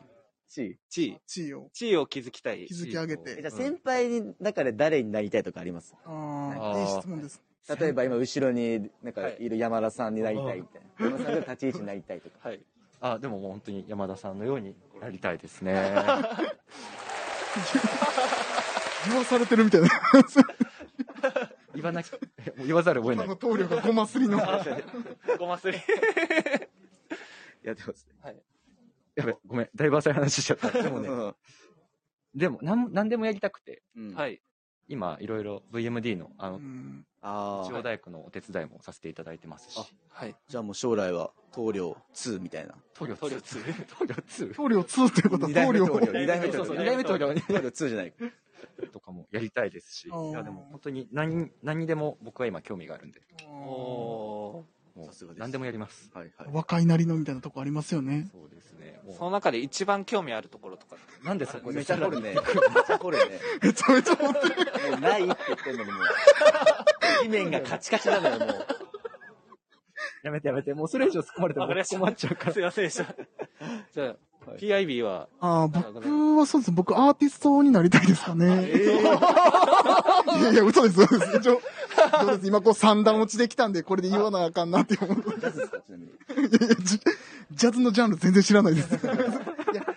[SPEAKER 5] たい
[SPEAKER 1] 地位
[SPEAKER 4] 地位を
[SPEAKER 1] 地位を築きたい
[SPEAKER 4] 築き上げて
[SPEAKER 5] えじゃあ。先輩の中で誰になりたいとかあります
[SPEAKER 4] あ
[SPEAKER 2] あー
[SPEAKER 4] あ、いい質問です。
[SPEAKER 5] 例えば今後ろになんかいる山田さんになりたいみたいな、山田さんの立ち位置になりたいとか
[SPEAKER 1] はい
[SPEAKER 2] あ、でももう本当に山田さんのようになりたいですね。
[SPEAKER 4] 言わされてるみた いな。
[SPEAKER 2] 言わなきゃ、もう言わざるを得な
[SPEAKER 4] あ
[SPEAKER 2] い
[SPEAKER 4] の、。棟梁がごますりの。
[SPEAKER 1] ごますり
[SPEAKER 5] やってます
[SPEAKER 2] やべ、ごめん、だいぶ浅い話しちゃった。でもね、でも、なん、なんでもやりたくて、
[SPEAKER 5] うんうん
[SPEAKER 1] はい
[SPEAKER 2] 今、いろいろ VMD の、あ
[SPEAKER 4] う
[SPEAKER 2] の、
[SPEAKER 4] ん
[SPEAKER 5] あ
[SPEAKER 2] 中央
[SPEAKER 5] あ
[SPEAKER 2] 大学のお手伝いもさせていただいてますし
[SPEAKER 5] あ、
[SPEAKER 1] はい
[SPEAKER 5] じゃあもう将来は棟梁2みたいな
[SPEAKER 2] 東
[SPEAKER 1] 棟梁
[SPEAKER 2] 領
[SPEAKER 1] 通
[SPEAKER 2] 通 東領通
[SPEAKER 4] 棟梁2っていうことは棟梁を。
[SPEAKER 5] 二代目棟
[SPEAKER 1] そうそう
[SPEAKER 5] 梁
[SPEAKER 1] 二代
[SPEAKER 5] 二代
[SPEAKER 1] 目
[SPEAKER 5] 目
[SPEAKER 1] 棟
[SPEAKER 5] 棟
[SPEAKER 1] 梁
[SPEAKER 5] 梁棟梁2じゃない
[SPEAKER 2] とかもやりたいですし、い
[SPEAKER 4] あー
[SPEAKER 2] やでも本当に何、何にでも僕は今興味があるんで、
[SPEAKER 1] おー
[SPEAKER 2] も
[SPEAKER 5] さすが
[SPEAKER 2] う
[SPEAKER 5] です
[SPEAKER 2] 何でもやります。
[SPEAKER 5] はいはい
[SPEAKER 4] 若いなりのみたいなとこありますよね。
[SPEAKER 2] そうですね。
[SPEAKER 1] そ
[SPEAKER 2] も
[SPEAKER 1] の中で一番興味あるところとか
[SPEAKER 2] う、なんでそこで
[SPEAKER 5] めちゃ
[SPEAKER 2] さら
[SPEAKER 5] 掘
[SPEAKER 2] に
[SPEAKER 5] るねめちゃ掘るね
[SPEAKER 4] めちゃめちゃ持ってる。
[SPEAKER 5] もうないって言ってんの にもう地面がカチカチなのよもう
[SPEAKER 2] やめてやめて、もうそれ以上突っ込まれても
[SPEAKER 1] わかりました
[SPEAKER 2] 困っちゃうから。
[SPEAKER 1] すいませんでした。じゃあ、
[SPEAKER 5] はい
[SPEAKER 1] PIB は、
[SPEAKER 4] ああ、僕はそうです。僕アーティストになりたいですかね。 いやいや、嘘です、嘘です。一応、そうです今こう三段落ちできたんで、これで言わなあかんなって思う。
[SPEAKER 5] ジャズですかちなみ に
[SPEAKER 4] いやいやジジャズのジャンル全然知らないです。いや、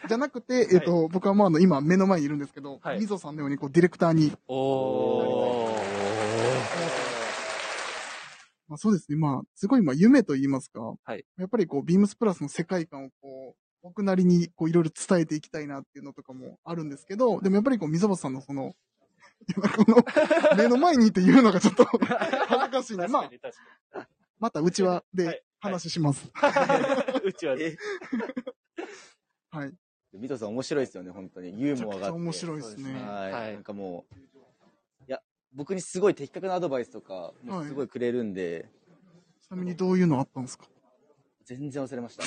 [SPEAKER 4] じゃなくて、えっ、と、僕はもうあの、今目の前にいるんですけど、
[SPEAKER 1] はい
[SPEAKER 4] みぞさんのようにこう、ディレクターに、
[SPEAKER 1] おー。
[SPEAKER 4] まあそうですね、まあ、すごいまあ、夢と言いますか、
[SPEAKER 1] はい
[SPEAKER 4] やっぱりこう、ビームスプラスの世界観をこう、僕なりにこう、いろいろ伝えていきたいなっていうのとかもあるんですけど、でもやっぱりこう、みぞぼさんのその、 いやこの、目の前にって言うのがちょっと 恥ずかしいんで、
[SPEAKER 1] 確か
[SPEAKER 4] まあ、
[SPEAKER 1] に確
[SPEAKER 4] またうち
[SPEAKER 1] は
[SPEAKER 4] わ
[SPEAKER 1] いはい
[SPEAKER 4] で話します。
[SPEAKER 1] かに。うちはね、
[SPEAKER 4] はい。
[SPEAKER 5] ミトさん面白いですよね、本当に。ユ
[SPEAKER 4] め
[SPEAKER 5] ー
[SPEAKER 4] ちゃ
[SPEAKER 5] モア
[SPEAKER 4] くち
[SPEAKER 5] があって。
[SPEAKER 4] ゃ面白いです
[SPEAKER 1] そうです
[SPEAKER 4] ね
[SPEAKER 1] ね。
[SPEAKER 5] はい。
[SPEAKER 1] はい
[SPEAKER 5] なんかもう、いや、僕にすごい的確なアドバイスとか、もうすごいくれるんで、
[SPEAKER 4] ちなみにどういうのあったんですか
[SPEAKER 5] 全然忘れました。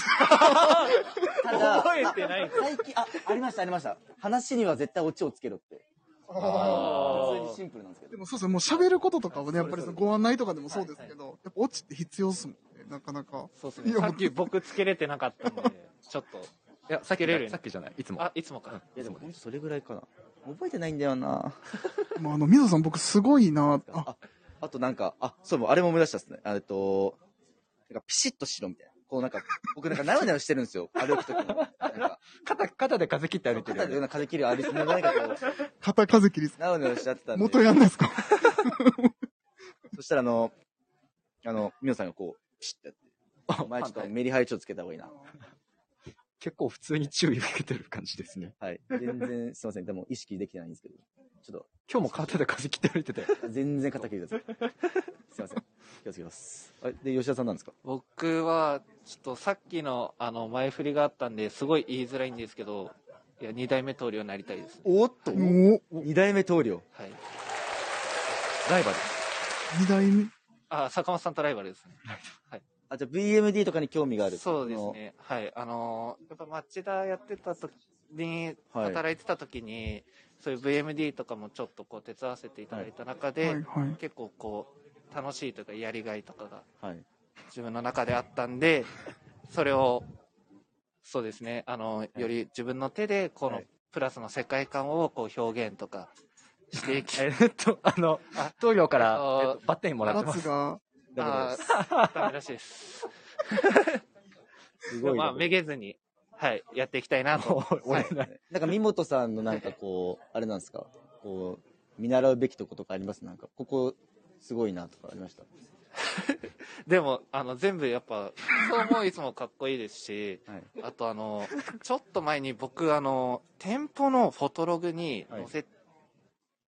[SPEAKER 5] ただ、
[SPEAKER 1] 覚えてないんです
[SPEAKER 5] 最近、あ、ありました、ありました。話には絶対オチをつけろって。
[SPEAKER 1] あー
[SPEAKER 5] 普通にシンプルなんですけ
[SPEAKER 4] で
[SPEAKER 5] ど。
[SPEAKER 4] もそうですね、もう喋ることとかはね、やっぱりそのご案内とかでもそうですけ
[SPEAKER 5] は
[SPEAKER 4] ど、やっぱ落ちって必要っすもんね、なかなか。
[SPEAKER 5] そうです
[SPEAKER 4] い
[SPEAKER 5] ね
[SPEAKER 4] や。
[SPEAKER 1] さっき僕つけれてなかったので、ちょっ
[SPEAKER 2] いや、さ
[SPEAKER 1] つ
[SPEAKER 2] っき
[SPEAKER 1] けれる
[SPEAKER 2] さっきじゃない、いつ
[SPEAKER 1] と。
[SPEAKER 2] も。
[SPEAKER 1] あ、いつもか。
[SPEAKER 5] いや、でも、それぐらいかな。覚えてないんだよな。
[SPEAKER 4] まあ、あの、水野さん僕すごいなあ、
[SPEAKER 5] あ、あとなんか、あ、そう、あれも思い出したっすね。あえっと、なんかピシッとしろみたいな。こうなんか、僕なんかなよなよしてるんですよ。 歩くときも。なんか、
[SPEAKER 2] 肩、肩で風切って歩いてる
[SPEAKER 5] 肩で
[SPEAKER 2] よね、
[SPEAKER 5] ような風切りを歩いて、なんかこう、
[SPEAKER 4] 片風切りです。
[SPEAKER 5] なよなよしちゃってたん
[SPEAKER 4] 元
[SPEAKER 5] で。
[SPEAKER 4] やんないですか
[SPEAKER 5] そしたらあの、あの、みのさんがこう、ピシッとやって。お前ちょっとメリハリちょっとつけた方がいいな。
[SPEAKER 2] 結構普通に注意を受けてる感じですね。
[SPEAKER 5] はい。全然、すいません。でも意識できてないんですけど。ちょっ
[SPEAKER 2] 今日も肩で風切って歩いてて。
[SPEAKER 5] と、全然肩切 りです。すいません。気をつけます。あで、吉田さんなんですか
[SPEAKER 1] 僕は、ちょっとさっきの、あの、前振りがあったんで、すごい言いづらいんですけど、いや、二代目棟梁になりたいですね。
[SPEAKER 5] おっと
[SPEAKER 4] もう、
[SPEAKER 5] 二代目棟梁。
[SPEAKER 1] はい。
[SPEAKER 2] ライバル。
[SPEAKER 4] 二代目。
[SPEAKER 1] あ、坂本さんとライバルですね。
[SPEAKER 5] あ、じゃあ BMD とかに興味がある。
[SPEAKER 1] そうですね。はい。あのーやっぱ町田やってた時に、
[SPEAKER 5] はい
[SPEAKER 1] 働いてた時に、そういう VMD とかもちょっとこう手伝わせていただいた中で、
[SPEAKER 4] はいはい。
[SPEAKER 1] 結構こう、楽しいというか、やりがいとかが
[SPEAKER 5] その。はい。
[SPEAKER 1] 自分の中であったんで、それを、そうですね、あの、より自分の手で、この
[SPEAKER 5] はい、
[SPEAKER 1] プラスの世界観をこう表現とかしていき、
[SPEAKER 2] えっと、あの、東洋から、
[SPEAKER 1] あ
[SPEAKER 2] えっとバッテンもらってます
[SPEAKER 4] 罰。が、
[SPEAKER 5] ダメです。
[SPEAKER 1] あーダメらしいです。
[SPEAKER 5] す
[SPEAKER 1] で
[SPEAKER 5] ご
[SPEAKER 1] も
[SPEAKER 5] い。
[SPEAKER 1] まあ、めげずに、はい、やっていきたいなと。
[SPEAKER 2] 俺な
[SPEAKER 5] なんか、三本さんのなんかこう、あれなんですかこう、見習うべきとことかありますなんか、ここ、すごいなとかありました。
[SPEAKER 1] でも、あの、全部やっぱ、服装もいつもかっこいいですし、
[SPEAKER 5] はい。
[SPEAKER 1] あとあの、ちょっと前に僕、あの、店舗のフォトログに載せ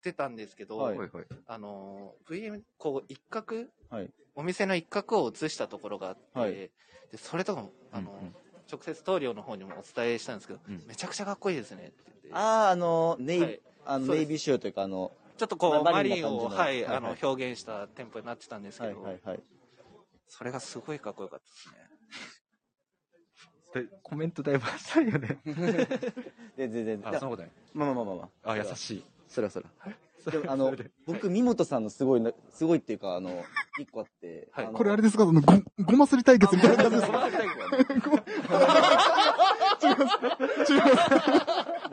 [SPEAKER 1] てたんですけど、
[SPEAKER 5] はい
[SPEAKER 2] はいはい
[SPEAKER 1] あの、VM、こう、一角、
[SPEAKER 5] はい
[SPEAKER 1] お店の一角を写したところがあって、
[SPEAKER 5] はい
[SPEAKER 1] でそれとかも、あの、
[SPEAKER 2] うんうん
[SPEAKER 1] 直接棟梁の方にもお伝えしたんですけど、
[SPEAKER 2] うん
[SPEAKER 1] めちゃくちゃかっこいいですねって言って。
[SPEAKER 5] ああ、あの、ネイ、
[SPEAKER 1] はい
[SPEAKER 5] あの
[SPEAKER 1] そうです
[SPEAKER 5] ネイビー仕様というか、あの、
[SPEAKER 1] ちょっとこう、
[SPEAKER 5] まあ
[SPEAKER 1] マリンを、
[SPEAKER 5] マ
[SPEAKER 1] は
[SPEAKER 5] リン
[SPEAKER 1] い、
[SPEAKER 5] な感
[SPEAKER 1] あ
[SPEAKER 5] じの
[SPEAKER 1] の、表現した店舗になってたんですけ
[SPEAKER 5] はい
[SPEAKER 1] ど、
[SPEAKER 5] はいはい。
[SPEAKER 1] それがすごいかっこよかったですね。
[SPEAKER 2] でコメントだいぶ浅いよね。
[SPEAKER 5] で、全然、
[SPEAKER 2] あ、そんなことない。
[SPEAKER 5] まあまあまあまあ。
[SPEAKER 2] あ、優しい。
[SPEAKER 5] そらそら。でも、あ
[SPEAKER 2] そ
[SPEAKER 5] の
[SPEAKER 2] れで、
[SPEAKER 5] 僕、三本さんのすごいな、すごいっていうか、あの、一個あって、
[SPEAKER 1] はい
[SPEAKER 5] の
[SPEAKER 4] これあれですかその、ご、ごますり対決みたいな感じです
[SPEAKER 5] ごま最後はね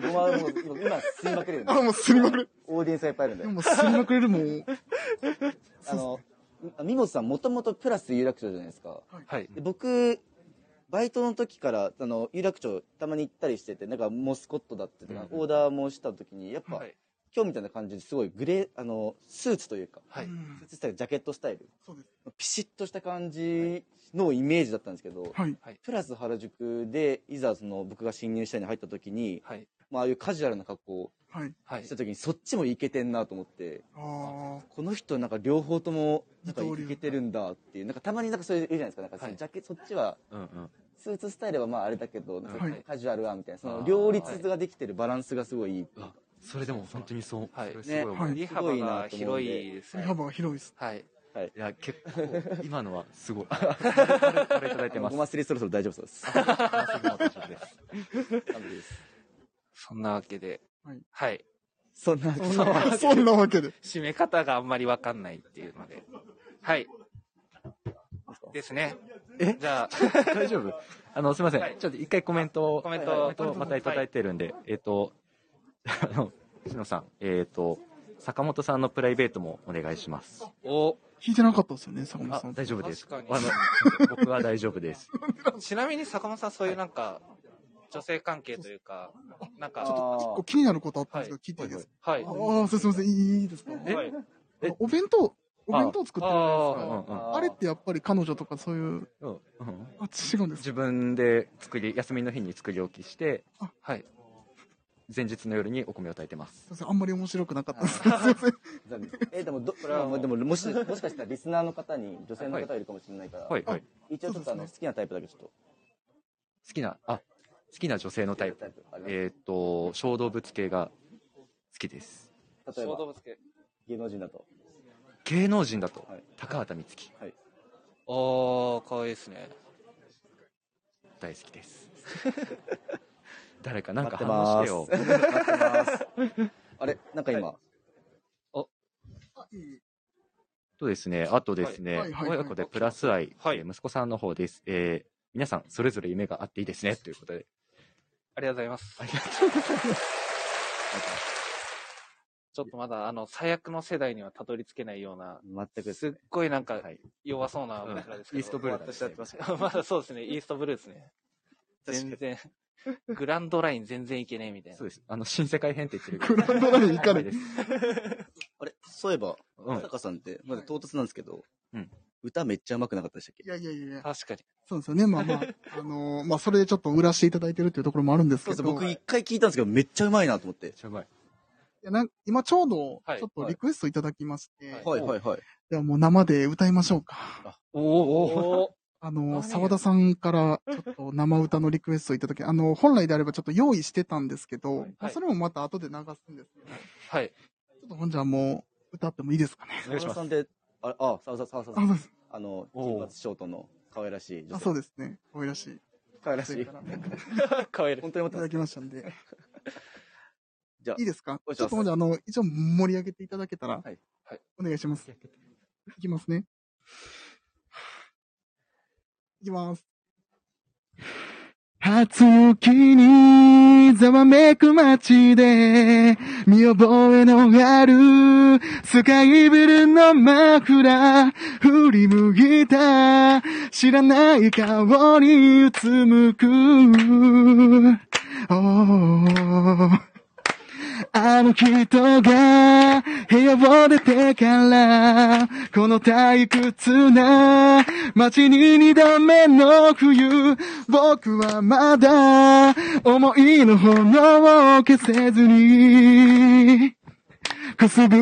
[SPEAKER 5] ごまはもう今今吸いまくれるんで
[SPEAKER 4] かあ、もうすりまくれる。
[SPEAKER 5] オーディエンスがいっぱいいるんで
[SPEAKER 4] でもうすりまくれる、もう。
[SPEAKER 5] あのみもさんもともとプラス有楽町じゃないですか
[SPEAKER 1] はい。
[SPEAKER 5] で僕バイトの時からあの有楽町たまに行ったりしててなんかモスコットだってとか、
[SPEAKER 2] うん
[SPEAKER 5] オーダーもした時にやっぱ、
[SPEAKER 1] はい。
[SPEAKER 5] 今日みたいな感じですごいグレーあのスーツというか
[SPEAKER 1] はい
[SPEAKER 4] うん
[SPEAKER 5] スーツスタイルジャケットスタイル
[SPEAKER 4] そうです。
[SPEAKER 5] ピシッとした感じのイメージだったんですけど、
[SPEAKER 4] はい。
[SPEAKER 5] プラス原宿でいざその僕が新入社員に入った時に、
[SPEAKER 1] はい。
[SPEAKER 5] まあ、ああいうカジュアルな格好
[SPEAKER 4] はい。
[SPEAKER 1] はい
[SPEAKER 5] をし。た時にそっちもいけてんなと思って。
[SPEAKER 4] あ
[SPEAKER 5] この人なんか両方ともなんか
[SPEAKER 4] 二刀流
[SPEAKER 5] いけてるんだっていうなんかたまになんかそういういるじゃないですかなんかそ
[SPEAKER 1] は
[SPEAKER 5] の
[SPEAKER 1] い
[SPEAKER 5] ジャケ、そっちは
[SPEAKER 2] うんうん。
[SPEAKER 5] スーツスタイルはまああれだけどなんか
[SPEAKER 4] はい
[SPEAKER 5] カジュアルはみたいなそ
[SPEAKER 2] あ
[SPEAKER 5] の
[SPEAKER 2] ー
[SPEAKER 5] 両立ができてるバランスがすごいいい、
[SPEAKER 2] あ、それでも本当にそう。
[SPEAKER 1] はい
[SPEAKER 2] それすごい思う
[SPEAKER 4] ねは
[SPEAKER 1] 振
[SPEAKER 4] い
[SPEAKER 1] り幅が
[SPEAKER 5] すご
[SPEAKER 1] 広
[SPEAKER 5] いなと思うんで
[SPEAKER 1] いで
[SPEAKER 4] あ、
[SPEAKER 1] す
[SPEAKER 4] 振り
[SPEAKER 1] ね。
[SPEAKER 4] 幅が広いです。
[SPEAKER 1] はい。
[SPEAKER 2] いや、結構、今のはす ごい。これいただいて
[SPEAKER 5] あの
[SPEAKER 2] ま
[SPEAKER 5] ご
[SPEAKER 2] す。
[SPEAKER 5] ますりそろそろ大丈夫そうです完璧です
[SPEAKER 1] そんなわけで、
[SPEAKER 4] はい
[SPEAKER 1] はい。
[SPEAKER 5] そんな
[SPEAKER 4] そんな、そんなわけで。
[SPEAKER 1] 締め方があんまりわかんないっていうので。はい。ですね。
[SPEAKER 2] え
[SPEAKER 1] じゃあ、
[SPEAKER 2] 大丈夫あの、すみません。
[SPEAKER 1] はい
[SPEAKER 2] ちょっと一回コメントを、
[SPEAKER 1] コメント
[SPEAKER 2] はいコメントをまたいただいてるんで、えっ、と、あの、しのさん、えっ、と、坂本さんのプライベートもお願いします。
[SPEAKER 1] お、
[SPEAKER 4] 聞いてなかったですよね、坂本
[SPEAKER 2] あ
[SPEAKER 4] さん。
[SPEAKER 2] 大丈夫です。
[SPEAKER 1] 確かに
[SPEAKER 2] あの、僕は大丈夫です。
[SPEAKER 1] ちなみに坂本さんそういうなんか、女性関係というか、なん
[SPEAKER 4] ちょ
[SPEAKER 1] か、
[SPEAKER 4] っと一個気になることあったんですけど、聞いていいですか
[SPEAKER 1] はい。
[SPEAKER 4] ああ、すいません、いいですか
[SPEAKER 1] え
[SPEAKER 2] え
[SPEAKER 4] お弁当、お弁当作ってるじゃないです
[SPEAKER 2] うん
[SPEAKER 4] か。
[SPEAKER 2] うん
[SPEAKER 4] あれってやっぱり彼女とかそういう、
[SPEAKER 2] うんうん
[SPEAKER 4] あ、違うんですか
[SPEAKER 2] 自分で作り休みの日に作り置きして
[SPEAKER 4] あ
[SPEAKER 2] はい前日の夜にお米を炊いてます
[SPEAKER 4] すいません、あんまり面白くなかったです。す いません。
[SPEAKER 5] 残念えでもど
[SPEAKER 1] これはもう
[SPEAKER 5] でももしもしかしたらリスナーの方に女性の
[SPEAKER 2] はい
[SPEAKER 5] 方いるかもしれないから、
[SPEAKER 2] はいはい
[SPEAKER 5] 一応ちょっとあの
[SPEAKER 4] そ
[SPEAKER 5] 好きなタイプだけちょっと
[SPEAKER 2] 好きなあ好きな女性のタイプ
[SPEAKER 5] タイプあります
[SPEAKER 2] えーっと小動物系が好きです
[SPEAKER 5] 例
[SPEAKER 1] 小
[SPEAKER 5] え
[SPEAKER 1] 動
[SPEAKER 5] ば
[SPEAKER 1] 物系。
[SPEAKER 5] 芸能人だと
[SPEAKER 2] 芸能人だと
[SPEAKER 5] はい
[SPEAKER 2] 高畑充希
[SPEAKER 1] おー、かわいいですね。
[SPEAKER 2] 大好きです誰かなん
[SPEAKER 5] 待っ
[SPEAKER 2] か
[SPEAKER 5] て
[SPEAKER 2] 反応
[SPEAKER 5] ま
[SPEAKER 2] して
[SPEAKER 5] ーす
[SPEAKER 2] よ
[SPEAKER 5] 待ってますあれなんか今、
[SPEAKER 4] あいい
[SPEAKER 2] とですね、あとですね、
[SPEAKER 4] はいはいはい
[SPEAKER 2] 親子でプラス愛、
[SPEAKER 1] はい
[SPEAKER 2] えー息子さんの方です。えー皆さん、それぞれ夢があっていいですね、ということで。
[SPEAKER 1] ありがとうございます。ちょっとまだ、あの、最悪の世代にはたどり着けないような、
[SPEAKER 5] 全くです
[SPEAKER 1] すっ
[SPEAKER 5] ね
[SPEAKER 1] ごいなんか
[SPEAKER 2] はい
[SPEAKER 1] 弱そうな
[SPEAKER 2] うん
[SPEAKER 1] 僕らですけど。
[SPEAKER 2] イーストブルーだ
[SPEAKER 3] 私やってました。
[SPEAKER 1] まだそうですね、イーストブルーですね。全然、グランドライン全然いけねえみたいな
[SPEAKER 2] そう。です。あの、新世界編って言ってる
[SPEAKER 4] グランドライン行かない
[SPEAKER 2] です。
[SPEAKER 5] あれそういえば
[SPEAKER 2] うん
[SPEAKER 5] 坂さんってまだ唐突なんですけど、
[SPEAKER 2] うん
[SPEAKER 5] 歌めっちゃ上手くなかったでしたっけ
[SPEAKER 4] いやいやいやいや、
[SPEAKER 1] 確かに。
[SPEAKER 4] そうですよね。まあま あ、あのーまあそれでちょっと売らしていただいてるっていうところもあるんです
[SPEAKER 5] そうで
[SPEAKER 4] け
[SPEAKER 5] す
[SPEAKER 4] ど、
[SPEAKER 5] 僕
[SPEAKER 4] い
[SPEAKER 5] 一回聞いたんですけどめっちゃ上手いなと思って
[SPEAKER 2] めっちゃうまい。
[SPEAKER 4] やなん今ちょうど、
[SPEAKER 1] はい
[SPEAKER 4] ちょっとリクエストいただきまして、
[SPEAKER 1] はい
[SPEAKER 5] はいはいはい
[SPEAKER 4] ではもう生で歌いましょうか。
[SPEAKER 2] おおお
[SPEAKER 4] あの
[SPEAKER 1] 何
[SPEAKER 4] ー、沢田さんからちょっと生歌のリクエストいただき、あのー、本来であればちょっと用意してたんですけど、まあそれもまた後で流すんですけど、
[SPEAKER 1] はい。
[SPEAKER 4] ちょっとほんじゃもう歌ってもいいですかね。
[SPEAKER 2] 願いしま
[SPEAKER 5] 沢田
[SPEAKER 2] す
[SPEAKER 5] さんでああ沢田さん沢田
[SPEAKER 4] あ、
[SPEAKER 5] さ
[SPEAKER 4] そうんです。
[SPEAKER 5] あの
[SPEAKER 2] おー
[SPEAKER 5] 金髪ショートの可愛らしい女
[SPEAKER 4] あ、
[SPEAKER 5] 性
[SPEAKER 4] そうですね。可愛らしい。
[SPEAKER 5] 可愛らし
[SPEAKER 4] 女
[SPEAKER 5] い
[SPEAKER 4] 性からい
[SPEAKER 1] かわいい。
[SPEAKER 5] 本当に思って
[SPEAKER 4] た
[SPEAKER 5] ま
[SPEAKER 4] だ
[SPEAKER 5] す
[SPEAKER 4] きましたんで。
[SPEAKER 5] じゃあ
[SPEAKER 4] いいですか
[SPEAKER 5] お願いし
[SPEAKER 4] ちょ
[SPEAKER 5] ます
[SPEAKER 4] っとほんじゃあの、一応盛り上げていただけたら、
[SPEAKER 5] はいはい
[SPEAKER 4] お願いします。いきますね。いきます。初雪にざわめく街で見覚えのあるスカイブルーのマフラー振り向いた知らない顔にうつむく Oh あの人が部屋を出てから、この退屈な街に二度目の冬、僕はまだ思いの炎を消せずに、くすぶ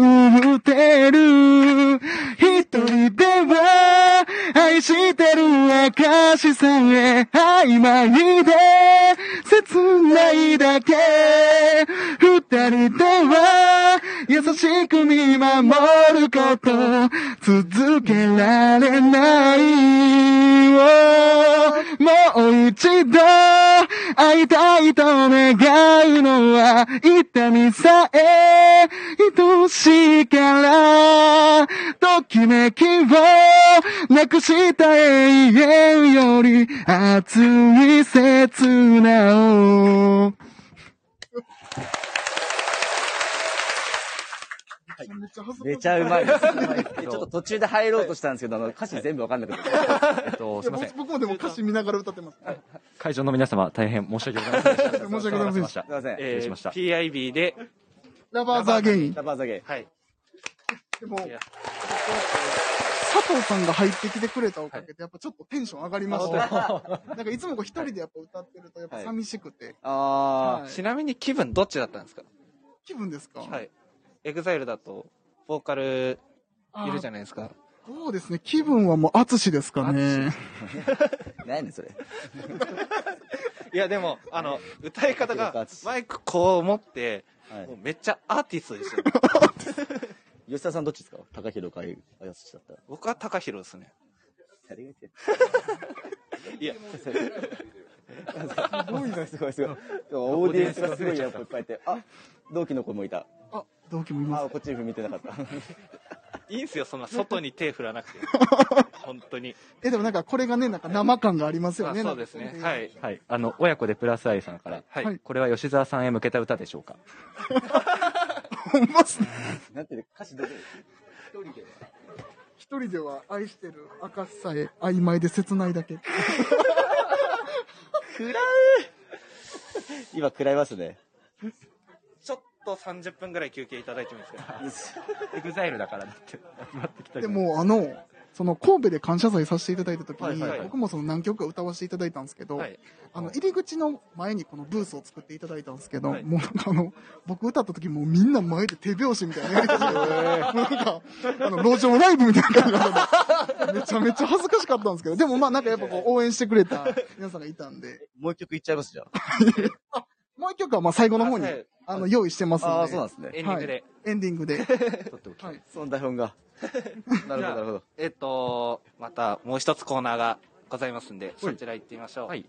[SPEAKER 4] ってる。一人では愛してる証さえ曖昧で切ないだけ。二人では優しく見守ること続けられない。もう一度会いたいと願うのは痛みさえ愛しいからときめきをなくした永遠より熱い刹那を
[SPEAKER 5] めちゃうまいです。ち
[SPEAKER 2] い
[SPEAKER 5] ょっと途中で入ろうとしたんですけど、あの歌詞全部わかんなくて。
[SPEAKER 2] えっと、すいません。
[SPEAKER 4] 僕もでも歌詞見ながら歌って ます。
[SPEAKER 2] 会場の皆様、大変申し訳ございませんでした。
[SPEAKER 4] 申し訳ございませんでし
[SPEAKER 5] すいません。
[SPEAKER 2] 失礼しました
[SPEAKER 1] PIB で、
[SPEAKER 4] ラバーザーゲイン。
[SPEAKER 5] ラバーザゲイ。
[SPEAKER 1] はい。
[SPEAKER 4] でも、
[SPEAKER 1] いや
[SPEAKER 4] 佐藤さんが入ってきてくれたおかげで、やっぱちょっとテンション上がりました よ。なんかいつもこう一人でやっぱ歌ってると、やっぱ寂しくて。
[SPEAKER 5] あ
[SPEAKER 4] はい
[SPEAKER 1] ちなみに気分どっちだったんですか
[SPEAKER 4] 気分ですか
[SPEAKER 1] はい。エグザイルだと、ボーカルいるじゃないですか。
[SPEAKER 4] あーそうですね。気分はもう淳ですかね。
[SPEAKER 5] ー、 何やねんそれ。
[SPEAKER 1] いや、でも、あの、 歌い方
[SPEAKER 5] は
[SPEAKER 1] が
[SPEAKER 5] い、
[SPEAKER 1] マイクこう持って、
[SPEAKER 5] はい
[SPEAKER 1] もうめっちゃアーティストでしたね。
[SPEAKER 5] 吉田さんどっちですか高弘かい、あやすしだったら。
[SPEAKER 1] 僕は高弘ですね。
[SPEAKER 5] 誰が言って
[SPEAKER 1] いや
[SPEAKER 5] すごいすごいすごい。オーディエンスがすごいやっぱいっぱいいて。あ、同期の子もいた。
[SPEAKER 4] あ、同期もいま
[SPEAKER 5] あ、
[SPEAKER 4] す。
[SPEAKER 5] こっち見てなか った。
[SPEAKER 1] いいんすよ、そんな外に手振らなくて。本当に。
[SPEAKER 4] え、でもなんかこれがね、なんか生感がありますよ
[SPEAKER 1] あ
[SPEAKER 4] ね。。
[SPEAKER 1] そうですね。はいい。
[SPEAKER 2] はい。あの、親子でプラス愛さんから、
[SPEAKER 1] はい
[SPEAKER 4] はい
[SPEAKER 2] これは吉沢さんへ向けた歌でしょうか。
[SPEAKER 4] ほんまっすね。
[SPEAKER 5] なんていうの歌詞だけ。
[SPEAKER 4] 一人では愛してる証さえ曖昧で切ないだけ。
[SPEAKER 5] 今食らいますね。
[SPEAKER 1] ちょっと30分ぐらい休憩いただいてもいいですか
[SPEAKER 2] エグザイルだからだって。集まってきた
[SPEAKER 4] で、もうあの、その神戸で感謝祭させていただいた時に、
[SPEAKER 2] はいはい
[SPEAKER 4] 僕もその何曲か歌わせていただいたんですけど、
[SPEAKER 2] はい。
[SPEAKER 4] あの、入り口の前にこのブースを作っていただいたんですけど、
[SPEAKER 1] はい
[SPEAKER 4] もうなんかあの、僕歌った時もうみんな前で手拍子みたいなやり方して、もうなんか、あの、路上ライブみたいな感じで、めちゃめちゃ恥ずかしかったんですけど、でもまあなんかやっぱこう応援してくれた皆さんがいたんで、
[SPEAKER 3] もう一曲いっちゃいますじゃあ。
[SPEAKER 4] もう一曲はまあ最後の方に
[SPEAKER 1] あはい、
[SPEAKER 4] あの、用意してます
[SPEAKER 3] ああ
[SPEAKER 4] の
[SPEAKER 3] ー、そうなん、で
[SPEAKER 4] で
[SPEAKER 3] すね。
[SPEAKER 1] エンディングで。
[SPEAKER 4] エンディングで。
[SPEAKER 2] 取っておき
[SPEAKER 4] はい。
[SPEAKER 5] その台本 が。
[SPEAKER 3] なるほど、なるほど。
[SPEAKER 1] えっと、またもう一つコーナーがございますんで、そちら行ってみましょう。
[SPEAKER 2] はい。